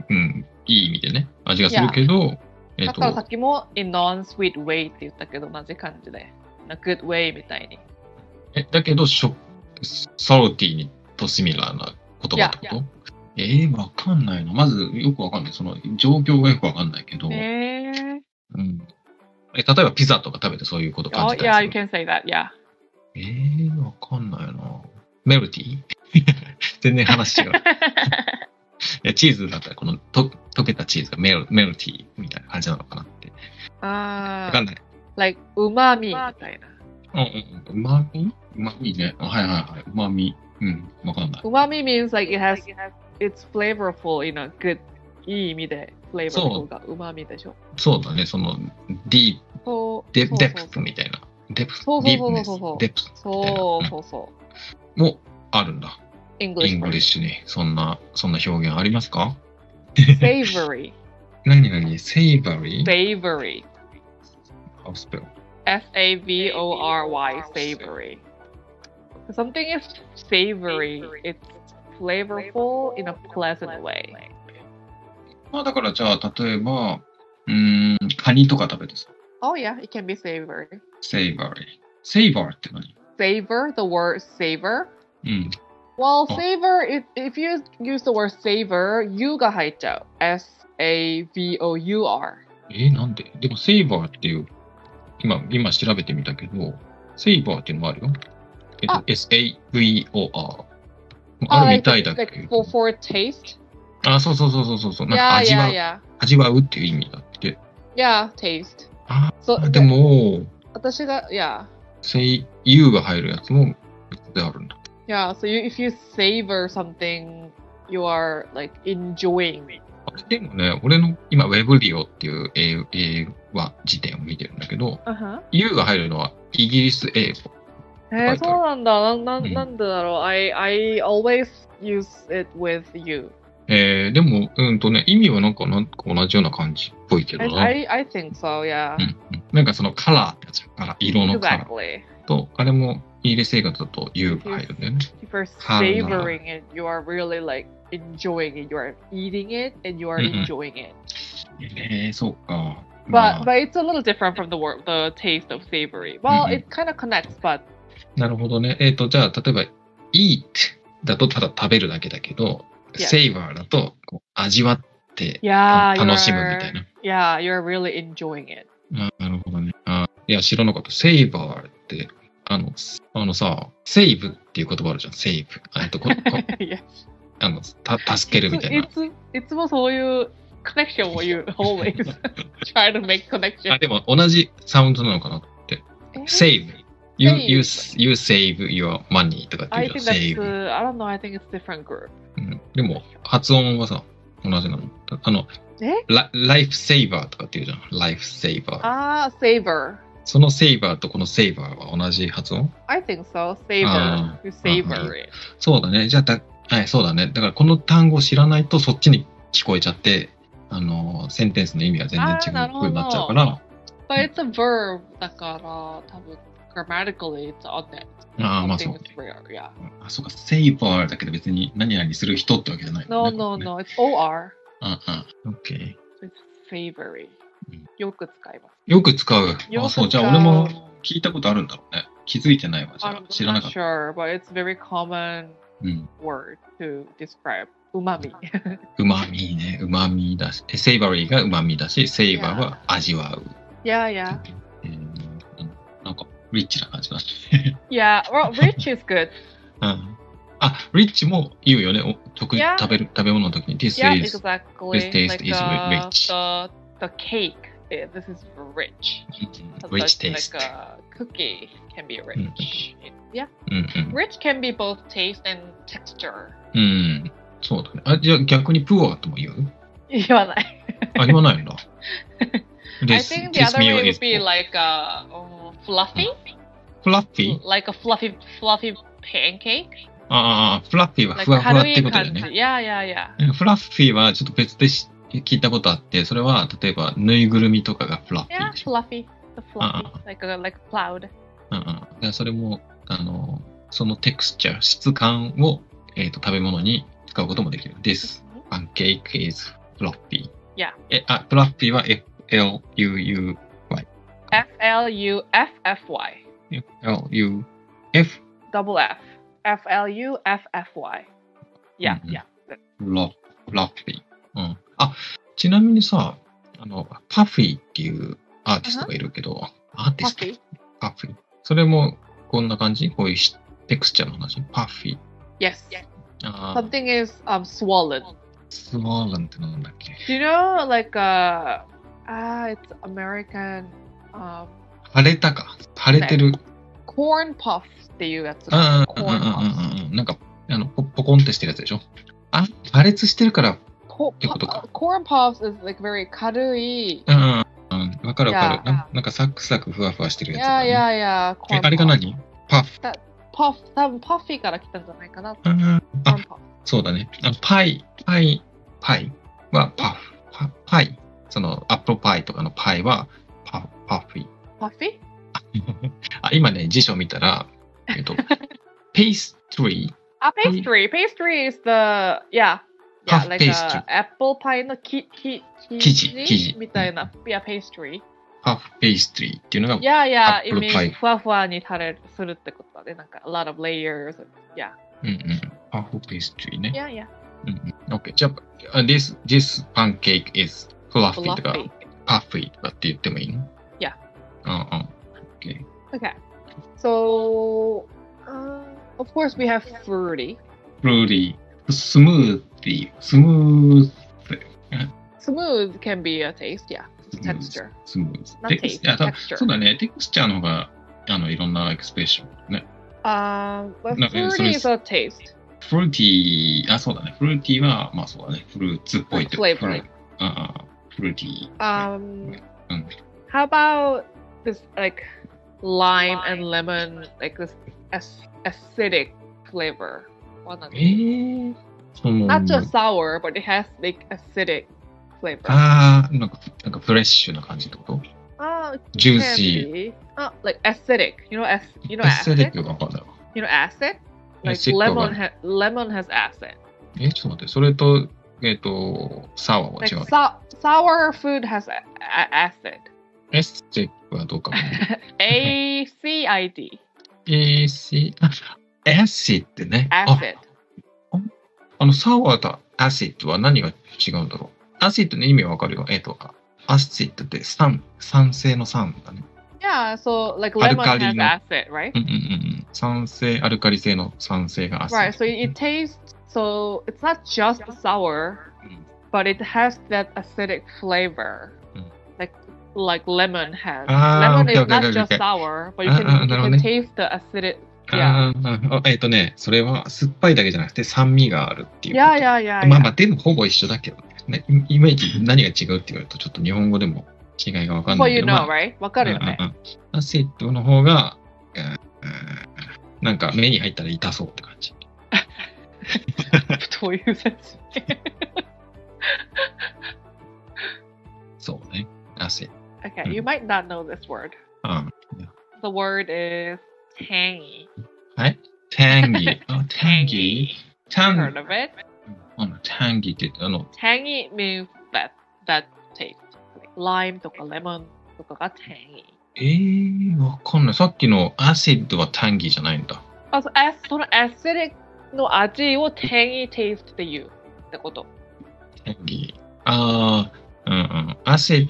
Speaker 2: うん。いい意味でね。味がするけど、えっ
Speaker 1: だ
Speaker 2: と
Speaker 1: か、らさっきも in non-sweet way って言ったけど同じ感じで。な good way みたいに。
Speaker 2: え、だけど、ショサロティにとシミラーな言葉ってことえー、わかんないな。まず、よくわかんない。その、状況がよくわかんないけど、
Speaker 1: えー。
Speaker 2: うん。え、例えばピザとか食べてそういうこと感
Speaker 1: Oh
Speaker 2: じ
Speaker 1: yeah,
Speaker 2: た
Speaker 1: you
Speaker 2: りする。
Speaker 1: can say that. Yeah.
Speaker 2: えー、わかんないな。メルティー 全然話 違う。いや、チーズだったら、このと、溶けたチーズがメルメルティーみたいな感じなのかなって。わか
Speaker 1: あ
Speaker 2: んない。
Speaker 1: like Ah, umami みたいな。
Speaker 2: うんうんうん。うまみうまみね。あはいはいはい。うまみ。うん。わかんない。
Speaker 1: umami means like it has it's flavorful in a good いい意味で flavorful が旨味でしょ
Speaker 2: そうだね。その、ディー
Speaker 1: そう
Speaker 2: デ
Speaker 1: そう
Speaker 2: デ
Speaker 1: そう
Speaker 2: プスみたいな。デプス。デ
Speaker 1: そうそう
Speaker 2: ィー
Speaker 1: そう
Speaker 2: プネス
Speaker 1: そうそう。
Speaker 2: デプス
Speaker 1: そうそうそう
Speaker 2: もあるんだ。イ
Speaker 1: English
Speaker 2: ングリッ
Speaker 1: word
Speaker 2: シュに。そんな、そんな表現ありますか
Speaker 1: savory
Speaker 2: 何何セイバリー
Speaker 1: savory
Speaker 2: ハウスペル。
Speaker 1: S A V O R Y savory something is savory it's flavorful in a pleasant way
Speaker 2: まあだからじゃあ、例えば、うーん、カニとか食べてさ。
Speaker 1: oh yeah it can be savory
Speaker 2: セイバリー。セイバーって何
Speaker 1: savor the word savor
Speaker 2: うん。
Speaker 1: Well,
Speaker 2: Oh.
Speaker 1: savor, if, if you use the word savor, U が入っちゃう。S-A-V-O-U-R。
Speaker 2: えーなんででも、セイバーっていう、今、今調べてみたけど、セイバーっていうのもあるよ。えっと
Speaker 1: あ、
Speaker 2: S-A-V-O-R。あるみたいだけ
Speaker 1: like,
Speaker 2: ど
Speaker 1: for,。for taste?
Speaker 2: あ、そうそうそうそうそうそう。なんか
Speaker 1: Yeah,
Speaker 2: 味わ
Speaker 1: yeah,
Speaker 2: う、
Speaker 1: yeah.
Speaker 2: 味わうっていう意味だって。
Speaker 1: Yeah, taste.
Speaker 2: あ、
Speaker 1: So,
Speaker 2: でも、
Speaker 1: 私が、yeah.
Speaker 2: セイ、U が入るやつも別であるんだ。
Speaker 1: Yeah, so you, if you savor something, you are like enjoying it.
Speaker 2: でもね、俺の今、ウェブリオっていう英英話辞典を見てるんだけど、
Speaker 1: Uh-huh.
Speaker 2: U が入るのはイギリス英語。
Speaker 1: え
Speaker 2: 書い
Speaker 1: ー、
Speaker 2: て
Speaker 1: そうな
Speaker 2: ある
Speaker 1: んだ。な、な、
Speaker 2: うん
Speaker 1: なんでだろう。I, I always use it with you.
Speaker 2: えー、でも、うんとね、意味はなんかなんか同じような感じっぽいけど
Speaker 1: I,
Speaker 2: な。
Speaker 1: I, I think so, yeah.
Speaker 2: うんうんなんかそのカラーってやつカラー色のカ
Speaker 1: Exactly.
Speaker 2: ラーと、あれもイギリス映画だと U が入るんだよね。
Speaker 1: if you're
Speaker 2: How not?
Speaker 1: savoring it, you are really like enjoying it. You are eating it and you are
Speaker 2: Mhm.
Speaker 1: enjoying it.
Speaker 2: えー、そうか。
Speaker 1: But
Speaker 2: まあ、
Speaker 1: but it's a little different from the word the taste of savory. Well,
Speaker 2: Mhm.
Speaker 1: it kind of connects, but
Speaker 2: なるほどね。えっ、と、じゃあ、例えば、eat だとただ食べるだけだけど、
Speaker 1: Yes.
Speaker 2: savor だとこう味わって、
Speaker 1: yeah,
Speaker 2: 楽しむみ
Speaker 1: you're-
Speaker 2: たいな。
Speaker 1: yeah, you're really enjoying it.
Speaker 2: あなるほどね。あいや、知らなかった。セイバーって、あの、あのさ、セイブっていう言葉あるじゃん。セイブ。あえっとここ
Speaker 1: yeah.
Speaker 2: あのた、助けるみたいな。
Speaker 1: It's it's more so you connection what you always try to make
Speaker 2: あ、
Speaker 1: connection.
Speaker 2: でも同じサウンドなのかなと思って。セイブ。You,
Speaker 1: Save
Speaker 2: you, you save your money とかって言
Speaker 1: I
Speaker 2: うじゃん。
Speaker 1: think that's
Speaker 2: セイブ。
Speaker 1: uh, I don't know. I think it's different group.
Speaker 2: うんでも、発音はさ、同じなの。あの、
Speaker 1: え
Speaker 2: ラライフセイバーとかって言うじゃん。ライフセイバー。
Speaker 1: Ah, savor.
Speaker 2: そのセイバーとこのセイバーは同じ発音
Speaker 1: I think so. Savor.
Speaker 2: Ah,
Speaker 1: you savor it.
Speaker 2: そうだね。じゃあだ、はい、そうだね。だからこの単語を知らないとそっちに聞こえちゃって、あの、センテンスの意味が全然違
Speaker 1: あーなる
Speaker 2: う
Speaker 1: ほ
Speaker 2: ふう
Speaker 1: ど
Speaker 2: になっちゃうから、
Speaker 1: But it's a verb だから多分 grammatically it's on it.
Speaker 2: ああ、まあそうね
Speaker 1: Something。is rare, yeah.
Speaker 2: あ、そうか、セイバーだけど別に何々する人ってわけじゃない、
Speaker 1: No, no,
Speaker 2: ね。
Speaker 1: no. It's OR.
Speaker 2: ああ、オッケー。
Speaker 1: It's savory.
Speaker 2: うん
Speaker 1: よく使います。
Speaker 2: よく使う。あ、そう、じゃあ俺も聞いたことあるんだろうね。気づいてないわ、じゃあ
Speaker 1: I'm。
Speaker 2: 知らな
Speaker 1: not
Speaker 2: かった。
Speaker 1: sure, but it's very common
Speaker 2: うん。
Speaker 1: word to describe うま み。
Speaker 2: うまみね。うまみだし。セイバリーがうまみだし、セイバーは味わう。
Speaker 1: yeah, yeah.
Speaker 2: えーうんなんか、リッチな感じだね。
Speaker 1: Yeah, well, rich is good.
Speaker 2: うんあ、リッチも言うよね。お特に
Speaker 1: Yeah.
Speaker 2: 食べる食べ物の時に。This
Speaker 1: Yeah,
Speaker 2: is
Speaker 1: exactly.
Speaker 2: this taste
Speaker 1: like,
Speaker 2: is
Speaker 1: uh,
Speaker 2: rich.
Speaker 1: The, the cake, eh, this is rich.
Speaker 2: うん
Speaker 1: Like-
Speaker 2: rich taste. Hmm.
Speaker 1: Like a cookie can be rich. Yeah.
Speaker 2: うんうん。
Speaker 1: Rich can be both taste and texture.
Speaker 2: うん。そうだね。あ、じゃあ逆にプアとも言う
Speaker 1: 言わない。
Speaker 2: あ、言わないんだ。
Speaker 1: I
Speaker 2: this,
Speaker 1: think the
Speaker 2: this
Speaker 1: other
Speaker 2: meal
Speaker 1: way
Speaker 2: is
Speaker 1: would be like a um, fluffy,
Speaker 2: fluffy?
Speaker 1: like a fluffy fluffy pancake,
Speaker 2: ああ、フラッフィーは
Speaker 1: like
Speaker 2: ふわふわってことだよ
Speaker 1: kanji.
Speaker 2: ね。
Speaker 1: Yeah, yeah, yeah.
Speaker 2: フラッフィーはちょっと別でし聞いたことあって、それは例えばぬいぐるみとかがフラッフィ
Speaker 1: Yeah,
Speaker 2: ーでしょ。
Speaker 1: fluffy, the fluffy,
Speaker 2: Uh-uh.
Speaker 1: like a like cloud.
Speaker 2: うんうん、だからそれも、あの、そのテクスチャー、質感を、えー、と食べ物に使うこともできる。This pancake is fluffy.
Speaker 1: Yeah.
Speaker 2: え、あ、フラッフィーは F-L-U-U,
Speaker 1: F L U F F Y,
Speaker 2: F-L-U, F,
Speaker 1: double F, F L U F F Y. Yeah,
Speaker 2: Mhm.
Speaker 1: yeah.
Speaker 2: フラフラッフィー。うん。あ、ちなみにさ、あの、パフィーっていうアーティストがいるけど、アーティスト
Speaker 1: Puffy.
Speaker 2: パフィー。それもこんな感じこういうしテクスチャーの話パフィー。
Speaker 1: Yes.
Speaker 2: ああ、
Speaker 1: Something is um swollen.
Speaker 2: スワーランってなんだっけ
Speaker 1: Do you know like uh ah it's American um
Speaker 2: 腫れたか。腫れてる。
Speaker 1: コーンパフっていうやつ
Speaker 2: あ
Speaker 1: が、
Speaker 2: あ、う
Speaker 1: コ
Speaker 2: ん
Speaker 1: ーンパフ。
Speaker 2: うんうんうん。なんか、あの、ポポコンってしてるやつでしょあ、破裂してるから、
Speaker 1: コ
Speaker 2: てことか
Speaker 1: ーンパフ is like very 軽い。
Speaker 2: うんうんうん。わかるわかる
Speaker 1: いや
Speaker 2: な。なんかサクサクふわふわしてる
Speaker 1: い
Speaker 2: やつだ
Speaker 1: や
Speaker 2: ね、
Speaker 1: いやいや、
Speaker 2: え、あれが何パフ。
Speaker 1: パフ、多分パフィーから来たんじゃないかな。コ
Speaker 2: うん
Speaker 1: ー
Speaker 2: あ
Speaker 1: ン、パフ。
Speaker 2: そうだね。あのパイ、パイ、パイはパフ。パパイ。その、アップルパイとかのパイはパフ、パフィ。
Speaker 1: パフィー
Speaker 2: あ、今ね、辞書見たら、えっと、ペーストリー。
Speaker 1: あ、pastry. Pastry is the, yeah. Yeah,
Speaker 2: Puff
Speaker 1: like a
Speaker 2: pastry.
Speaker 1: apple pie のきき生
Speaker 2: 生地生地
Speaker 1: みたいな。いや、pastry。
Speaker 2: パフペーストリーっていうのが
Speaker 1: い、やいや、イ
Speaker 2: Apple
Speaker 1: メージ
Speaker 2: pie
Speaker 1: ふわふわに垂れるするってことだね。なんか、a lot of layers.
Speaker 2: うんうん。パフペーストリー
Speaker 1: い
Speaker 2: ね。
Speaker 1: やいや、
Speaker 2: うんうん。OK。じゃあ、uh, this, this pancake is fluffy とか
Speaker 1: fluffy.
Speaker 2: パフィーとかって言ってもいいの
Speaker 1: Yeah.
Speaker 2: うんうん。OK。
Speaker 1: Okay. So, uh, of course, we have fruity.
Speaker 2: フルーリー、スムーティー、スムーズ、
Speaker 1: Smooth can be a taste, yeah. It's a
Speaker 2: Smooth.
Speaker 1: texture.
Speaker 2: スムーズ。
Speaker 1: Not
Speaker 2: テ
Speaker 1: taste,
Speaker 2: いや多分
Speaker 1: texture.
Speaker 2: そうだね。テクスチャーの方が、あの、いろんなエクスプレッション。ね。
Speaker 1: Um, but
Speaker 2: No, yeah, so
Speaker 1: fruity is
Speaker 2: it's-
Speaker 1: a taste.
Speaker 2: フルーティー、あ、そうだね。フルーティーは、まあそうだね。フルーツっぽいって。
Speaker 1: Flavor
Speaker 2: フルああフルーティー。
Speaker 1: Um,
Speaker 2: Mm.
Speaker 1: how about this like lime and lemon, like this ac- acidic flavor? Well, not,
Speaker 2: えー、その
Speaker 1: not just sour, but it has like acidic flavor.
Speaker 2: ああ、なんか、なんかフレッシュな感じってこと
Speaker 1: Ah, it
Speaker 2: ジュー
Speaker 1: can
Speaker 2: シ
Speaker 1: be. Ah, like acidic. You know, ac- you
Speaker 2: ー。
Speaker 1: know
Speaker 2: アセデ
Speaker 1: acid.
Speaker 2: ックがわかんないわ。
Speaker 1: You know acid. Like
Speaker 2: Acid
Speaker 1: lemon,
Speaker 2: flavor.
Speaker 1: ha- lemon has acid.
Speaker 2: え、ちょっと待って。それと、えっ、と、サワー
Speaker 1: Like
Speaker 2: は違う。
Speaker 1: sou- sour food has a- a- acid.
Speaker 2: エステックはどうかもね。
Speaker 1: A C I D.
Speaker 2: えー、し、あ、アシッドね。あ
Speaker 1: Acid.
Speaker 2: あの、サワーとアシッドは何が違うんだろう。アシッドの意味はわかるよ。えっ、と、あアシッドって酸、酸性の酸だね。
Speaker 1: Yeah, so like lemon has
Speaker 2: Alkaline.
Speaker 1: acid, right?
Speaker 2: うんうんうんうん。酸性、アルカリ性の酸性がアシッ
Speaker 1: Right,
Speaker 2: ド。
Speaker 1: so it tastes so it's not just sour,
Speaker 2: Mm.
Speaker 1: but it has that acidic flavor.
Speaker 2: Mm.
Speaker 1: Like like lemon has.
Speaker 2: Ah,
Speaker 1: lemon
Speaker 2: okay,
Speaker 1: is
Speaker 2: okay,
Speaker 1: not
Speaker 2: okay,
Speaker 1: just
Speaker 2: okay.
Speaker 1: sour, but you
Speaker 2: Ah,
Speaker 1: can,
Speaker 2: ah,
Speaker 1: you can
Speaker 2: なるほどね。
Speaker 1: taste the acidic
Speaker 2: あーあえっ、とね、それは酸っぱいだけじゃなくて酸味があるっていうこと。
Speaker 1: Yeah, yeah, yeah.
Speaker 2: まあ
Speaker 1: yeah.
Speaker 2: まあ、でもほぼ一緒だけどね。ねイイメージ何が違うって言われると、ちょっと日本語でも違いがわかん
Speaker 1: Well,
Speaker 2: ないけ
Speaker 1: you
Speaker 2: ど。
Speaker 1: know,
Speaker 2: ま
Speaker 1: right? わ
Speaker 2: あ
Speaker 1: かるよね
Speaker 2: うん。うんうんアセットの方が、えーえーなんか目に入ったら痛そうって感じ。uh-huh.
Speaker 1: どういう説明
Speaker 2: そうね。アセット。
Speaker 1: Okay,
Speaker 2: Mm.
Speaker 1: you might not know this word.
Speaker 2: うん。
Speaker 1: The word is tangy.
Speaker 2: はいタ ンギー。あ、タンギー。タ
Speaker 1: You
Speaker 2: ン
Speaker 1: heard of it?
Speaker 2: あの、タンギーって、あの、
Speaker 1: tangy means that that taste. Like lime とか lemon とかが tangy.
Speaker 2: えー、わかんない。さっきのアセットはタンギーじゃないんだ。
Speaker 1: あ、そう、あその acidic の味を tangy taste って言うってこと。
Speaker 2: Uh, uh, acid.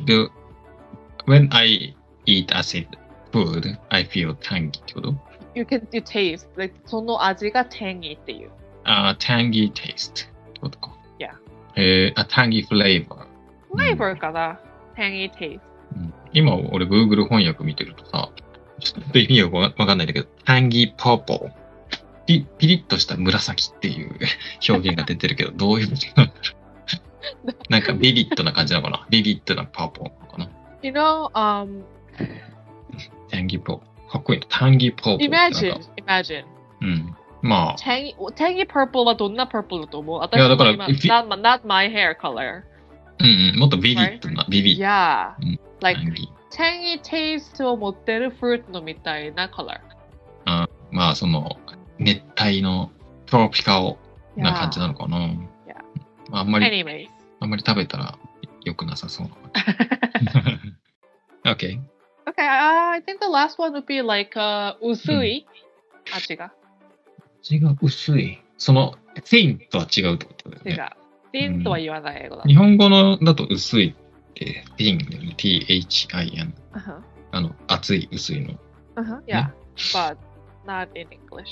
Speaker 2: When I eat acid food, I feel tangy ってこと
Speaker 1: You can you taste. Like, その味が tangy っていう。
Speaker 2: あー tangy taste ってことか。
Speaker 1: Yeah.
Speaker 2: えー、あ、tangy flavor。
Speaker 1: フレー
Speaker 2: Hmm.
Speaker 1: バーかな、?tangy taste.
Speaker 2: 今俺 Google 翻訳見てるとさ、ちょっと意味がわわかんないんだけど、tangy purple。ピピリッとした紫っていう 表現が出てるけど、どういう意味なんだろう。 なんかビビッドな感じなのかなビビッドなパーポーなのかな
Speaker 1: You know, um,
Speaker 2: tangy purple。かっこいいな。tangy purple ってなんか。
Speaker 1: imagine, imagine.
Speaker 2: うん。まあ、
Speaker 1: tangy, tangy purple はどんな purple だと思う私
Speaker 2: いやだから
Speaker 1: も今
Speaker 2: if you-
Speaker 1: not, my- not my hair color.
Speaker 2: うんうん、もっとビビッドな、ビビッ
Speaker 1: Yeah.
Speaker 2: うん
Speaker 1: Like,
Speaker 2: ドなぎ。
Speaker 1: tangy taste を持ってるフルーツのみたいな color.
Speaker 2: まあ、その、熱帯のトロピカル
Speaker 1: Yeah.
Speaker 2: な感じなのかな。まああんまり、
Speaker 1: Anyways.
Speaker 2: あんまり食べたら良くなさそう な。OK。
Speaker 1: Okay, uh, I think the last one would be like uh, 薄い、味が
Speaker 2: 違う、薄い。その、フェインとは違うってことだよ
Speaker 1: 違う
Speaker 2: ね。。
Speaker 1: リンとは言わない英語だ。
Speaker 2: 日本語のだと薄いって、フェインだよね。T-H-I-N。
Speaker 1: Uh-huh.
Speaker 2: あの、熱い、薄いの。
Speaker 1: Uh-huh. Yeah. But not in English.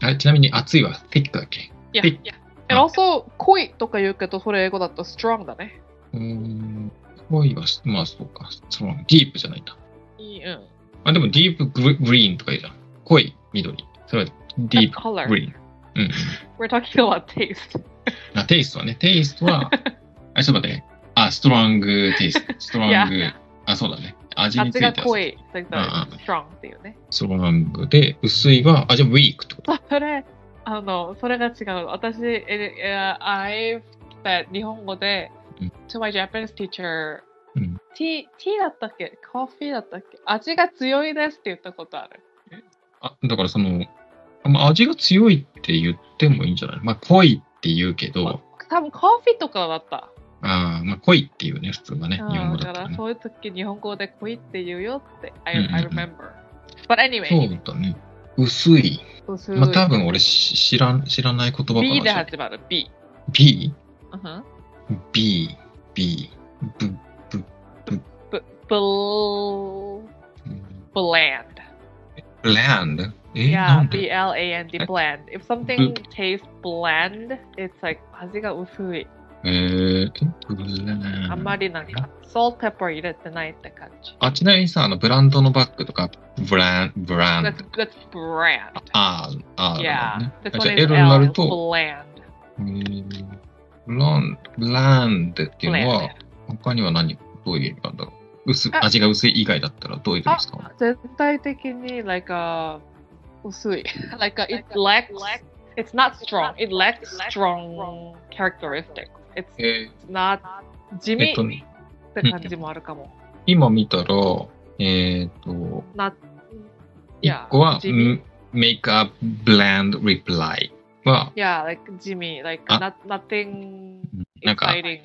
Speaker 2: あれちなみに熱いは thick だっけ
Speaker 1: Yeah.
Speaker 2: はい
Speaker 1: yeah. And also, 濃いとか言うけど、それ英語だと strong だね。
Speaker 2: うーん、恋は、まあそうか、そのディープじゃないんだ。
Speaker 1: いいうん。
Speaker 2: あ、でもディープグリグリーンとかいいじゃん。濃い緑。それはディー
Speaker 1: That's color.
Speaker 2: プグリーン。うんうん。
Speaker 1: We're talking about taste.
Speaker 2: あ、テイストはね、テイスト は、あ、ちょっと待って。あ、ストロングテイスト。 ストロング
Speaker 1: Yeah.。
Speaker 2: あ、そうだね。味につ
Speaker 1: 味
Speaker 2: いて
Speaker 1: が
Speaker 2: は
Speaker 1: 濃い。like
Speaker 2: うんうん
Speaker 1: the strong っていうね。
Speaker 2: ストロングで、薄いは、あ、じゃあウィークってこと。
Speaker 1: それ、あの、それが違う。私、え、え、I've that 日本語で
Speaker 2: うん
Speaker 1: to my Japanese teacher
Speaker 2: うん
Speaker 1: tea, tea だったっけコーヒーだったっけ味が強いですって言ったことある。
Speaker 2: あ、だからその、まあ、味が強いって言ってもいいんじゃないまあ、濃いって言うけど、
Speaker 1: 多分コーヒーとかだった。
Speaker 2: あーまあ、濃いっていうね、普通はね、
Speaker 1: うん
Speaker 2: 日本語だ
Speaker 1: だ
Speaker 2: っ
Speaker 1: か
Speaker 2: た
Speaker 1: らら
Speaker 2: ね。
Speaker 1: そういう時日本語で濃いって言うよって。
Speaker 2: うん
Speaker 1: I,
Speaker 2: うんうん
Speaker 1: I remember. But
Speaker 2: そ
Speaker 1: anyway,
Speaker 2: うだね。薄い。
Speaker 1: 薄い
Speaker 2: まあ、多分俺し知らん、知らない言葉か
Speaker 1: B で
Speaker 2: な。
Speaker 1: 始まる B。
Speaker 2: B?
Speaker 1: うんふん
Speaker 2: B? B? ブ、
Speaker 1: Bl-
Speaker 2: うん
Speaker 1: bland.
Speaker 2: bland? えー、
Speaker 1: Yeah,
Speaker 2: なんで
Speaker 1: B L A N D bland. If something tastes bland, it's like 味が薄い。
Speaker 2: えー、bland
Speaker 1: あんまりなんか、salt pepper 入れてないって感じ。
Speaker 2: あ、ちなみにさ、あの、ブランドのバッグとか、ブラン、ブラン
Speaker 1: That's, that's brand.
Speaker 2: あー、あー、
Speaker 1: Yeah.
Speaker 2: ね。
Speaker 1: This
Speaker 2: じ
Speaker 1: one
Speaker 2: ゃあ、エ
Speaker 1: is
Speaker 2: ルにな
Speaker 1: L,
Speaker 2: ると、
Speaker 1: bland.
Speaker 2: えーブラン、ブランドっていうのは
Speaker 1: Bland.、
Speaker 2: 他には何、どういう意味なんだろう薄
Speaker 1: あ
Speaker 2: 味が薄い以外だったらどういう意味ですか
Speaker 1: あ全体的に、like, uh, 薄い。like, uh, it lacks, it's not strong. It lacks strong characteristics. It's
Speaker 2: え
Speaker 1: not 地
Speaker 2: ー、
Speaker 1: 味
Speaker 2: えっと、
Speaker 1: って感じもあるかも。
Speaker 2: 今見たら、えーっと、
Speaker 1: not,
Speaker 2: 一
Speaker 1: yeah,
Speaker 2: 個は
Speaker 1: 地味。、
Speaker 2: make a bland reply は、
Speaker 1: Yeah, like, 地味。like,
Speaker 2: あ
Speaker 1: not, nothing
Speaker 2: なんか、
Speaker 1: exciting.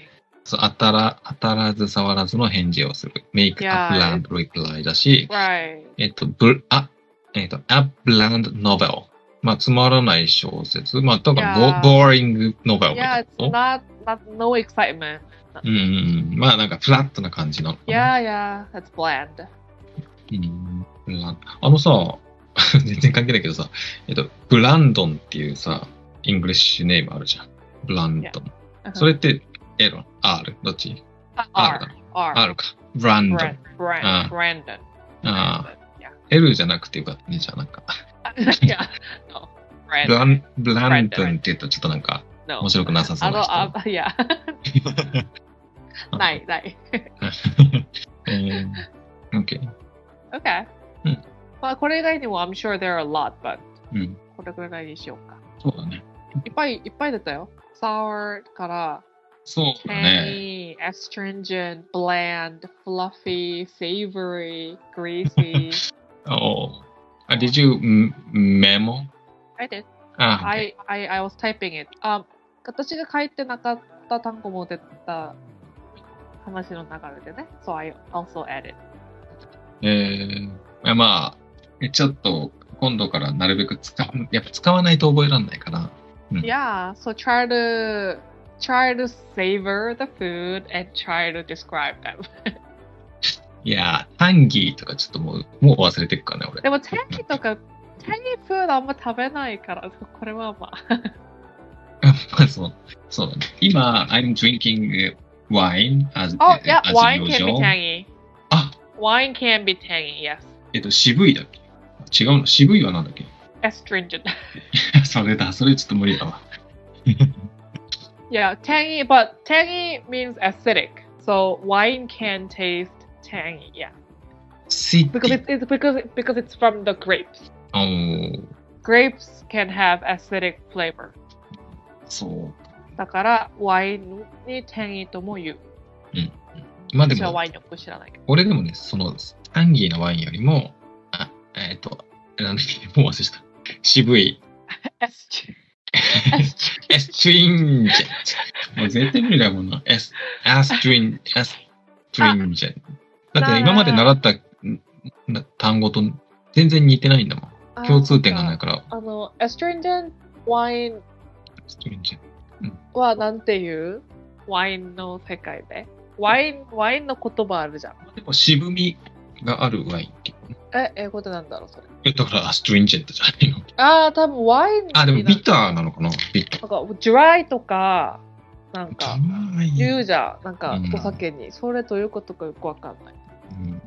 Speaker 2: そう当たら、当たらず触らずの返事をする。make
Speaker 1: い
Speaker 2: a
Speaker 1: やー
Speaker 2: bland reply だし、
Speaker 1: Right.
Speaker 2: えっと、ぶ、あ、えっと、a bland novel。まあ、つまらない小説。まあ、だから
Speaker 1: いやー
Speaker 2: bo- boring novel み
Speaker 1: Yeah,
Speaker 2: たい
Speaker 1: it's
Speaker 2: なこ
Speaker 1: not,
Speaker 2: と。
Speaker 1: not, no excitement.
Speaker 2: うんうんうん。まあ、なんか、フラットな感じなのかな。
Speaker 1: Yeah, yeah, that's bland. Uh,
Speaker 2: うんブランあのさ、 全然関係ないけどさ、えっと、ブランドンっていうさ、イングリッシュネームあるじゃん。ブランドン。それって、L、R、どっち R だ
Speaker 1: R, R,
Speaker 2: ?R か。ブランドン。
Speaker 1: Brand, brand,
Speaker 2: ああ
Speaker 1: Brandon.
Speaker 2: ああ、
Speaker 1: Yeah.
Speaker 2: L じゃなくてよかったね、じゃあなんか。
Speaker 1: yeah. No.
Speaker 2: ブ
Speaker 1: Brandon.
Speaker 2: ラン、ブランドンって言ったらちょっとなんか、
Speaker 1: No. um,
Speaker 2: 面白くなさそうな人
Speaker 1: あの、 あ、いや、 ない、ない。
Speaker 2: えー、OK。
Speaker 1: Okay.
Speaker 2: うん
Speaker 1: まあ、これ以外にも、I'm sure there are a lot, but
Speaker 2: うん。
Speaker 1: これぐらいにしようか。
Speaker 2: そうだね。
Speaker 1: いっぱいいっぱい出たよ。sour から、
Speaker 2: そうだ
Speaker 1: tangy,
Speaker 2: ね。
Speaker 1: astringent, bland, fluffy, savory, greasy.
Speaker 2: おうあ、did you m- memo?
Speaker 1: I did.
Speaker 2: あ、
Speaker 1: I, I, I was typing it. あ、私が書いてなかった単語も出た話の流れでね。So I also added.
Speaker 2: えーいや、まあ、ちょっと今度からなるべく使う、やっぱ使わないと覚えられないから。Hmm.
Speaker 1: Yeah, so try to try to savor the food and try to describe them.
Speaker 2: いやー、タンギーとかちょっともう、もう忘れてくからね、
Speaker 1: で
Speaker 2: 俺。
Speaker 1: も、天気とか、天気フードあんま食べないから、これはま あ。
Speaker 2: まあそう、そうだね。今、I'm drinking wine as,
Speaker 1: Oh, yeah,
Speaker 2: as
Speaker 1: wine can be
Speaker 2: usual. Ah。
Speaker 1: tangy.
Speaker 2: あ、
Speaker 1: Wine can be tangy, yes.
Speaker 2: えっと、渋いだっけ違うの渋いはなんだっけ
Speaker 1: Astringent.
Speaker 2: それだ、それちょっと無理だわ。
Speaker 1: Yeah, tangy, but tangy means acidic. So wine can taste tangy, yeah.
Speaker 2: スイッ
Speaker 1: Because
Speaker 2: チ
Speaker 1: it's, it's because it- because it's from the grapes.
Speaker 2: あー
Speaker 1: Grapes can have acidic flavor.
Speaker 2: そ
Speaker 1: だからワインに単位とも言う。
Speaker 2: う。まあで
Speaker 1: 私は
Speaker 2: も
Speaker 1: ワ、インよく知ら ないけど。
Speaker 2: 俺でもね、その、タンギーなワインよりも、あ、えっ、と、なんだっけ、もう忘れした。渋い。
Speaker 1: エスチ
Speaker 2: エストリンジェント。もう絶対無理だよ、こんな。エス、エストリン、エストリンジェント。だって今まで習ったんな単語と全然似てないんだもん。共通点がない
Speaker 1: か。
Speaker 2: から、
Speaker 1: あの、エストリンジェンワイン
Speaker 2: エストリンジェント。
Speaker 1: はなんていうワインの世界で。ワイン、ワインの言葉あるじゃん。
Speaker 2: でも渋みがあるワインっていうの
Speaker 1: え、英語でなんだろうそれ。
Speaker 2: えだから、ストリンジェントじゃないの。
Speaker 1: ああ、多分ワイン
Speaker 2: あ、でも
Speaker 1: にな
Speaker 2: ビターなのかなビター。
Speaker 1: なんか、ドライとか、なんか、
Speaker 2: まい
Speaker 1: 言うじゃん。なん
Speaker 2: う
Speaker 1: か
Speaker 2: ん、
Speaker 1: お酒に。それどういうことかよくわかんない。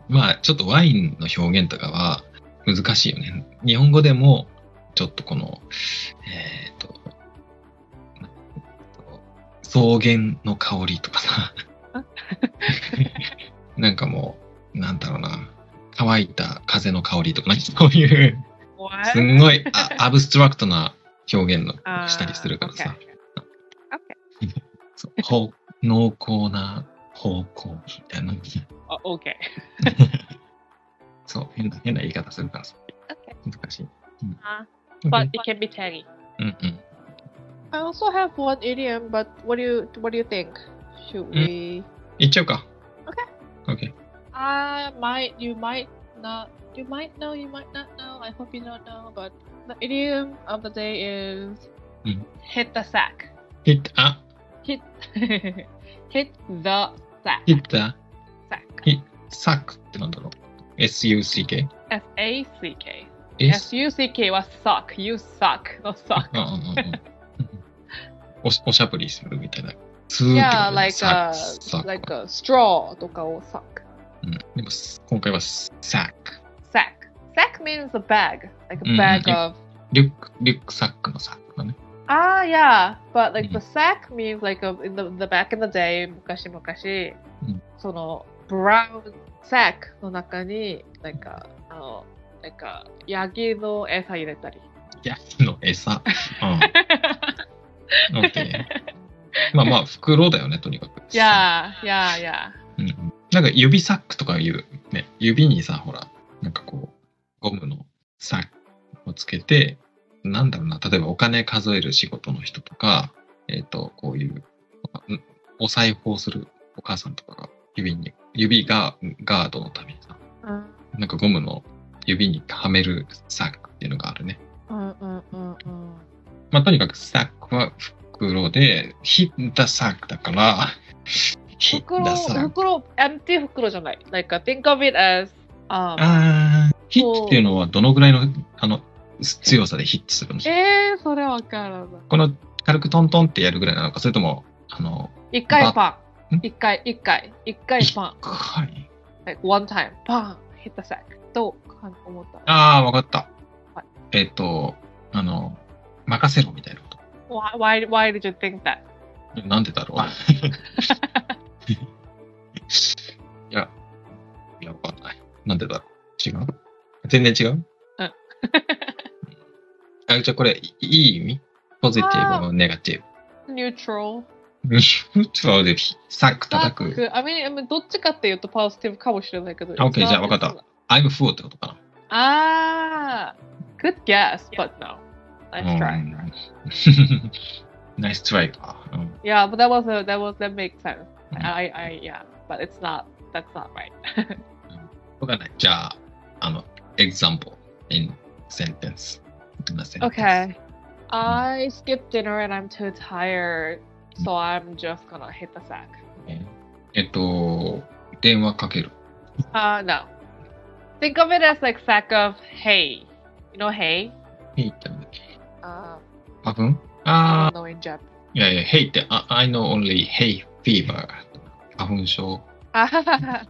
Speaker 2: うんまあ、ちょっとワインの表現とかは、難しいよね。日本語でも、ちょっとこの、えっ、と、草原の香りと かさ、なんかもう、なんだろうな、乾いた風の香りとか、なんかそういう、
Speaker 1: What?
Speaker 2: すんごいあアブストラクトな表現の
Speaker 1: あー
Speaker 2: したりするからさ
Speaker 1: okay.、
Speaker 2: そうほう濃厚な方向みたいな、
Speaker 1: あ OK。
Speaker 2: そう、変な、変な言い方するからさ、難しい。
Speaker 1: Ah,
Speaker 2: うん
Speaker 1: But it can be tangy.
Speaker 2: うんうん。
Speaker 1: I also have one idiom, but what do you what do you think? Should
Speaker 2: Mm.
Speaker 1: we?
Speaker 2: 行っちゃうか。OK。
Speaker 1: I might you might not you might know you might not know. I hope you don't know, but the idiom of the day is
Speaker 2: Mm.
Speaker 1: hit the sack.
Speaker 2: ヒッタあ、
Speaker 1: Hit hit the sack.
Speaker 2: ヒッタ
Speaker 1: sack.
Speaker 2: hit サックってなんだろう ?SUCK?
Speaker 1: S A C K. S
Speaker 2: S?
Speaker 1: U C K was suck. You suck. No
Speaker 2: あ
Speaker 1: suck.
Speaker 2: うんうんうん うんおしおしゃぶりするみたいな。すーって
Speaker 1: Yeah, like
Speaker 2: サッ
Speaker 1: a
Speaker 2: クサック
Speaker 1: like a straw とかを suck.
Speaker 2: うんでもす今回はサック。
Speaker 1: Sack. Sack means a bag, like a
Speaker 2: Mm,
Speaker 1: bag
Speaker 2: you-
Speaker 1: of.
Speaker 2: リュック、リュックサックのサックだね。
Speaker 1: Ah, yeah, but like the
Speaker 2: Mhm.
Speaker 1: sack means like a, in the, the back in the day, 昔々、
Speaker 2: うん
Speaker 1: その brown sack の中に、なんか、あの、なんか、ヤギの餌入れたり。
Speaker 2: ヤギの餌。うん。OK。まあまあ、袋だよね、とにかく。
Speaker 1: yeah, yeah, yeah.
Speaker 2: うんうん。なんか指サックとかいう、ね、指にさ、ほら、なんかこう、ゴムのサックをつけて、なんだろうな、例えばお金数える仕事の人とか、えっ、と、こういう、うんお裁縫をするお母さんとかが、指に、指がガードのためにさ、
Speaker 1: うん
Speaker 2: なんかゴムの指にはめるサックっていうのがあるね。
Speaker 1: うんうんうんうん。
Speaker 2: まあ、とにかくサックは袋で、ヒッダサックだから、ヒッ
Speaker 1: 袋、
Speaker 2: ダサック。
Speaker 1: 袋、empty 袋じゃない。Like, think of it as, um,
Speaker 2: あーヒッっていうのはどのぐらいのあの強さでヒットするの
Speaker 1: えー、それわからない。
Speaker 2: この軽くトントンってやるぐらいなのか、それとも、あの、
Speaker 1: 一回パン
Speaker 2: ん。
Speaker 1: 一回、一回、一回パン。
Speaker 2: はい。
Speaker 1: like one time, パン hit the sack とか思った。
Speaker 2: ああ、わかった
Speaker 1: はい。
Speaker 2: えっ、と、あの、任せろみたいなこ
Speaker 1: Why, why, why did you think that?
Speaker 2: と。なんでだろう。 いや、いや、わかんない。なんでだろう。違う全然違う
Speaker 1: うん。
Speaker 2: あ、じゃあこれ、いいい意味ポジティブ、ネガティ
Speaker 1: Neutral.
Speaker 2: ブ。そうで、サック叩く。
Speaker 1: I mean, I mean, どっちかっていうとパースティブかもしれないけど。
Speaker 2: あ OK
Speaker 1: it's not-
Speaker 2: じゃあわかった。I'm fool ってことかな。
Speaker 1: あー、good guess, but no. Nice try.
Speaker 2: うん。 ナイストライか。うん。
Speaker 1: Yeah, but that was a, that was that makes sense.
Speaker 2: うん
Speaker 1: I, I, yeah, but it's not. That's not right.
Speaker 2: わかんない。じゃあ、あの、example in sentence. In a sentence.
Speaker 1: Okay. I skipped dinner and I'm too tired, so I'm just gonna hit the sack.
Speaker 2: えーえっと、電話かける。
Speaker 1: Uh, no. Think of it as like sack of hay. You know hay?
Speaker 2: ヘイってなんだっけ
Speaker 1: Uh,
Speaker 2: 花粉
Speaker 1: I
Speaker 2: あ
Speaker 1: don't know in Japan.
Speaker 2: あ、いやいや、ヘイって、あ I know only hay fever. 花粉症
Speaker 1: yeah,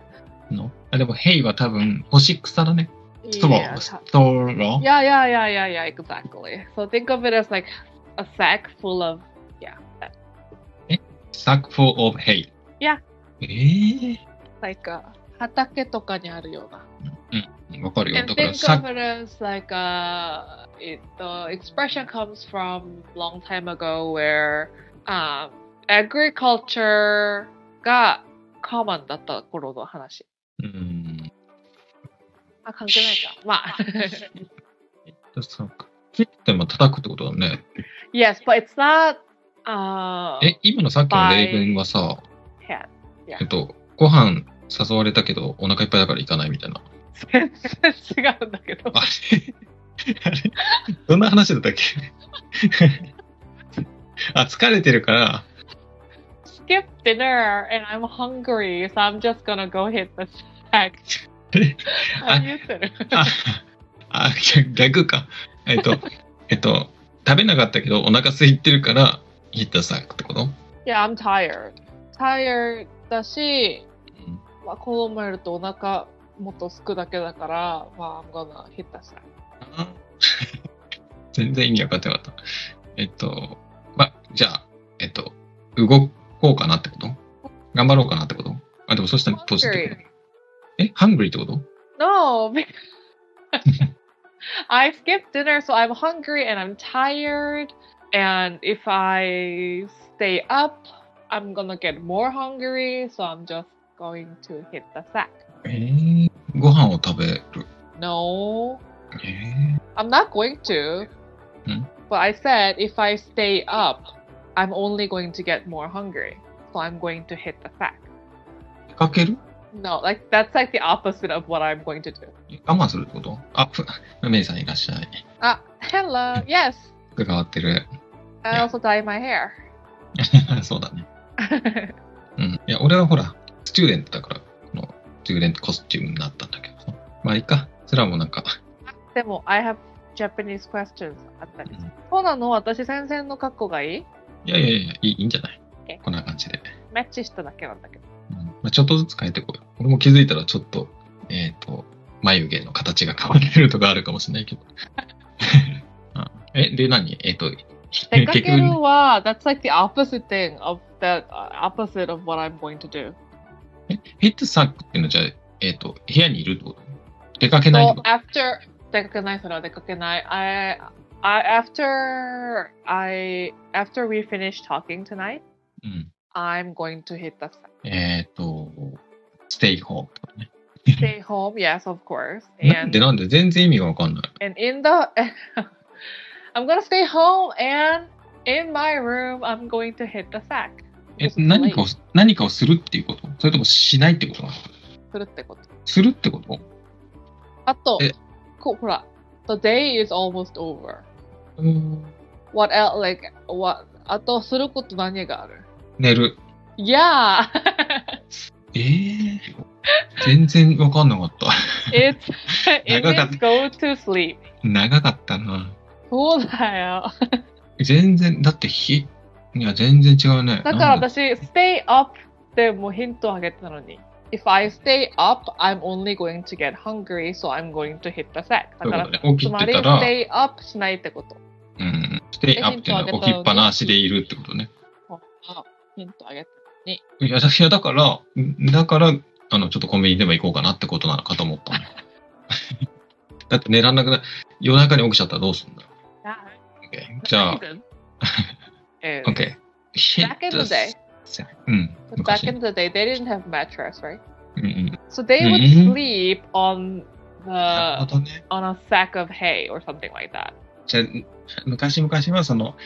Speaker 2: のあでも、ヘイは多分、干し草だね。ストロー。ス
Speaker 1: ta-
Speaker 2: トロー
Speaker 1: yeah, yeah, yeah, yeah, yeah, exactly. So think of it as like a sack full of, yeah, that-
Speaker 2: sack full of hay.
Speaker 1: Yeah.
Speaker 2: ええ
Speaker 1: like uh, a 畑とかにあるような。
Speaker 2: わかるよ。
Speaker 1: And
Speaker 2: だから、
Speaker 1: think
Speaker 2: サッ
Speaker 1: of it as like a, it, the expression comes from long time ago where um, agriculture が common だった頃の話。
Speaker 2: うん。
Speaker 1: あ、関係ないか。まあ。
Speaker 2: サック。切っても叩くってことだね。
Speaker 1: yes, but it's not, uh,
Speaker 2: え、今のさっきの例文はさ、
Speaker 1: head.
Speaker 2: えっと、ご飯誘われたけど、お腹いっぱいだから行かないみたいな。
Speaker 1: 全然違うんだけど。
Speaker 2: あれあれどんな話だったっけ あ、疲れてるから、
Speaker 1: Skip dinner and I'm hungry, so I'm just gonna go hit the sack. あ言ってる。
Speaker 2: あ、あ逆か。えっと、えっと、食べなかったけど、お腹空いてるから、ヒッターサックってこと
Speaker 1: Yeah, I'm tired. Tired だし、
Speaker 2: うん
Speaker 1: まあ、子供いるとお腹もっとすくだけだから、まあ、I'm gonna hit that shot.
Speaker 2: な全然意味分かってなかった。えっと、ま、じゃあ、えっと、動こうかなってこと頑張ろうかなってことあ、でもそしたらポジティブ。え、ハングリーってこと
Speaker 1: No, because I skipped dinner, so I'm hungry and I'm tired. And if I stay up, I'm gonna get more hungry, so I'm just going to hit the sack.
Speaker 2: えー、ご飯を食べる。
Speaker 1: No,
Speaker 2: え
Speaker 1: I'm not going to.
Speaker 2: Hmm?
Speaker 1: But I said if I stay up, I'm only going to get more hungry, so I'm going to hit the sack.
Speaker 2: ー、出かける
Speaker 1: No, like that's like the opposite of what I'm going to do.
Speaker 2: え我慢するってことあ、ふ、メイさんいらっしゃい。
Speaker 1: Ah, hello. Yes,
Speaker 2: 変わってる。
Speaker 1: I
Speaker 2: Yeah.
Speaker 1: also dye my hair.
Speaker 2: そうだね。うん。いや、俺はほら、スチューデントだから、この、スチューデントコスチュームになったんだけどさ。まあいいか。それはもうなんか、
Speaker 1: でも、I have Japanese questions あったりす
Speaker 2: う
Speaker 1: る
Speaker 2: ん。
Speaker 1: そうなの私、先生の格好がいい
Speaker 2: いやいやいや、いいいいんじゃない
Speaker 1: え
Speaker 2: こんな感じで。
Speaker 1: マッチしただけなんだけど。
Speaker 2: うんまあ、ちょっとずつ変えてこい。俺も気づいたらちょっと、えっ、と、眉毛の形が変わってるとかあるかもしれないけど。あえ、で何えっ、と、
Speaker 1: 出かけるは、that's like the opposite thing of that, opposite of what I'm going to do.
Speaker 2: ヘッドサックっていうのはじゃあ、えっ、と、部屋にいるってこと出かけないって
Speaker 1: So
Speaker 2: こと
Speaker 1: after 出かけないそれは出かけない I, I after I after we finish talking tonight
Speaker 2: うん。
Speaker 1: I'm going to hit the sack.
Speaker 2: えっ、と、ステイホームとかね。
Speaker 1: stay home yes of course
Speaker 2: なんで
Speaker 1: and
Speaker 2: なんで全然意味がわかんない。
Speaker 1: and in the I'm gonna stay home and in my room I'm going to hit the sack
Speaker 2: え
Speaker 1: Because、it's
Speaker 2: 何かを
Speaker 1: late.、
Speaker 2: 何かをするっていうことそれともしないってことなの
Speaker 1: するってこと
Speaker 2: するってこと
Speaker 1: あと
Speaker 2: え
Speaker 1: こほら the day is almost over
Speaker 2: うん。
Speaker 1: what else like what あとすること何がある
Speaker 2: 寝る。
Speaker 1: Yeah
Speaker 2: ええ全然わかんなかった。
Speaker 1: It's it
Speaker 2: 長かっ
Speaker 1: means go to sleep.
Speaker 2: 長かったな。
Speaker 1: そうだよ。
Speaker 2: 全然、だって日、いや、全然違うね。
Speaker 1: だから
Speaker 2: なんだ
Speaker 1: 私、stay up でもうヒントをあげてたのに。If I stay up, I'm only going to get hungry, so I'm going to hit the sack. だ
Speaker 2: そうい
Speaker 1: か
Speaker 2: うこ
Speaker 1: ら、
Speaker 2: とね。起
Speaker 1: つ
Speaker 2: き
Speaker 1: ま
Speaker 2: て
Speaker 1: り、
Speaker 2: たら、
Speaker 1: stay up しないってこと。
Speaker 2: うん。ステイアップっていうのは起きっぱなしでいるってことね。
Speaker 1: あヒントあげて
Speaker 2: いや、だいやだから、だから、あの、ちょっとコンビニでも行こうかなってことなのかと 思ったのよだって寝らんなくな夜中に起きちゃったらどうすんだろ
Speaker 1: た。
Speaker 2: う。OK じゃあ、
Speaker 1: えー
Speaker 2: OK。
Speaker 1: Back in the day,
Speaker 2: うん。
Speaker 1: back
Speaker 2: 昔。
Speaker 1: in the day, they didn't have mattress, right?
Speaker 2: うんうん。
Speaker 1: So they would
Speaker 2: うん
Speaker 1: sleep on
Speaker 2: なる
Speaker 1: the
Speaker 2: ほどね。
Speaker 1: on a sack of hay or something like that.
Speaker 2: じゃあ昔々はその、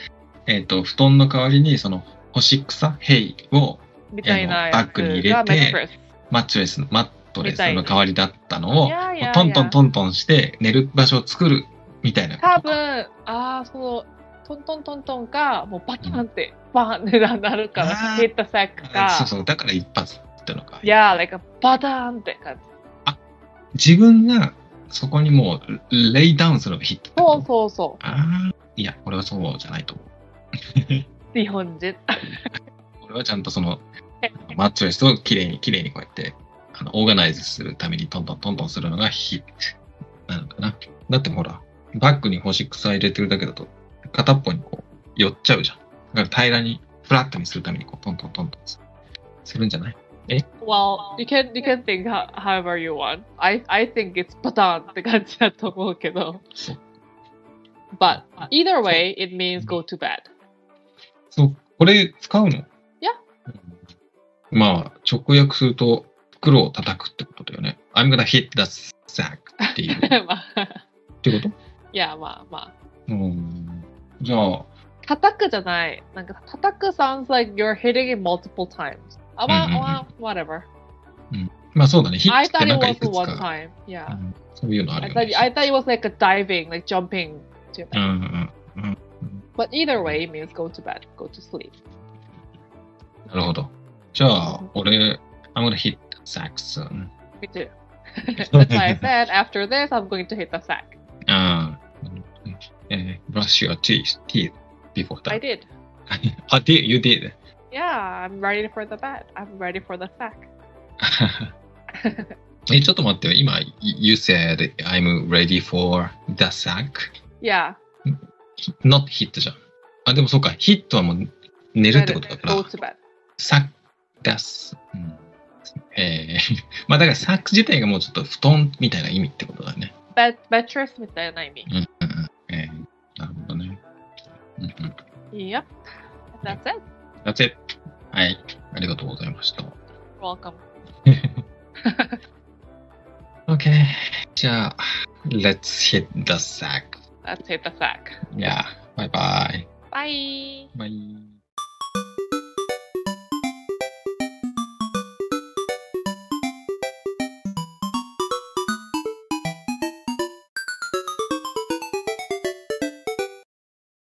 Speaker 2: えっ、と、布団の代わりに、その、干し草、ヘイを
Speaker 1: みたいな
Speaker 2: あの
Speaker 1: や
Speaker 2: バッ
Speaker 1: つ
Speaker 2: グに入れて
Speaker 1: が mattress。
Speaker 2: マッチョレス、マットレスの代わりだったのを、
Speaker 1: いやいやいや
Speaker 2: トントントントンして寝る場所を作るみたいなことか。
Speaker 1: 多分ああそのトントントントンかもうバキャンってバーンってなるから
Speaker 2: あー
Speaker 1: ヘッドサック
Speaker 2: あ そう
Speaker 1: か
Speaker 2: そう、だから一発ってのか
Speaker 1: い。やー like a バターンって感じ
Speaker 2: 自分がそこにもう、レイダウンするのがヒットってこ
Speaker 1: そ
Speaker 2: と
Speaker 1: うそうそ
Speaker 2: ああ、いや、俺はそうじゃないと思う。
Speaker 1: う日本人
Speaker 2: 俺はちゃんとその、マッチョレスをきれいにきれいにこうやって、あの、オーガナイズするためにトントントントンするのがヒなのかな。だってほら、バッグに干し草入れてるだけだと、片っぽにこう、寄っちゃうじゃん。だから平らに、フラットにするためにこう、トントントントンするんじゃない
Speaker 1: Well you can you can think ho- however you want I I think it's バターンって感じだと思うけど
Speaker 2: そう
Speaker 1: But either way it means go to bed
Speaker 2: そう、これ使うのい
Speaker 1: や。
Speaker 2: うんまあ、直訳すると、袋を叩くってことだよね。I'm gonna hit the sack っ ていう。っ
Speaker 1: まあ
Speaker 2: てこと
Speaker 1: いやまあまあ
Speaker 2: うん。じゃあ、
Speaker 1: 叩くじゃないなんか叩く sounds like you're hitting it multiple times あまあ
Speaker 2: うんうんうん
Speaker 1: まあ whatever
Speaker 2: まあそうだね。ヒッ
Speaker 1: I
Speaker 2: ツ
Speaker 1: thought
Speaker 2: ってな
Speaker 1: it
Speaker 2: んかい
Speaker 1: was
Speaker 2: く
Speaker 1: the
Speaker 2: つ
Speaker 1: one
Speaker 2: か、
Speaker 1: time.
Speaker 2: う
Speaker 1: Yeah.
Speaker 2: んそういうのある
Speaker 1: I
Speaker 2: よ
Speaker 1: thought
Speaker 2: ね。
Speaker 1: I thought it was like a diving, like jumping. To
Speaker 2: うんうんうん
Speaker 1: But either way, it means go to bed, go to sleep.
Speaker 2: なるほど。じゃあ、俺、I'm gonna hit sax. うん
Speaker 1: Me too. That's why I said after this, I'm going to hit the sack.
Speaker 2: あーえー brush your teeth, teeth before
Speaker 1: I
Speaker 2: that.
Speaker 1: did.
Speaker 2: あ、did, you did.
Speaker 1: Yeah, I'm ready for the bed. I'm ready for the sack.
Speaker 2: え、ちょっと待ってよ。今、you said I'm ready for the sack,
Speaker 1: Yeah.
Speaker 2: not hit じゃん。あ、でもそうか。ヒットはもう寝るってことだから
Speaker 1: Go。to bed.
Speaker 2: サッ出す。うんえー、 まあだからサック自体がもうちょっと布団みたいな意味ってことだね。
Speaker 1: Bed, mattress みたいな意味。
Speaker 2: うんうんうん。えー、なるほどね。うんうん。
Speaker 1: Yep. That's it.
Speaker 2: that's it はい。ありがとうございました。
Speaker 1: Welcome.
Speaker 2: OK。じゃあ、Let's hit the sack.
Speaker 1: Let's hit the sack.
Speaker 2: Yeah. Bye bye.
Speaker 1: Bye.
Speaker 2: Bye.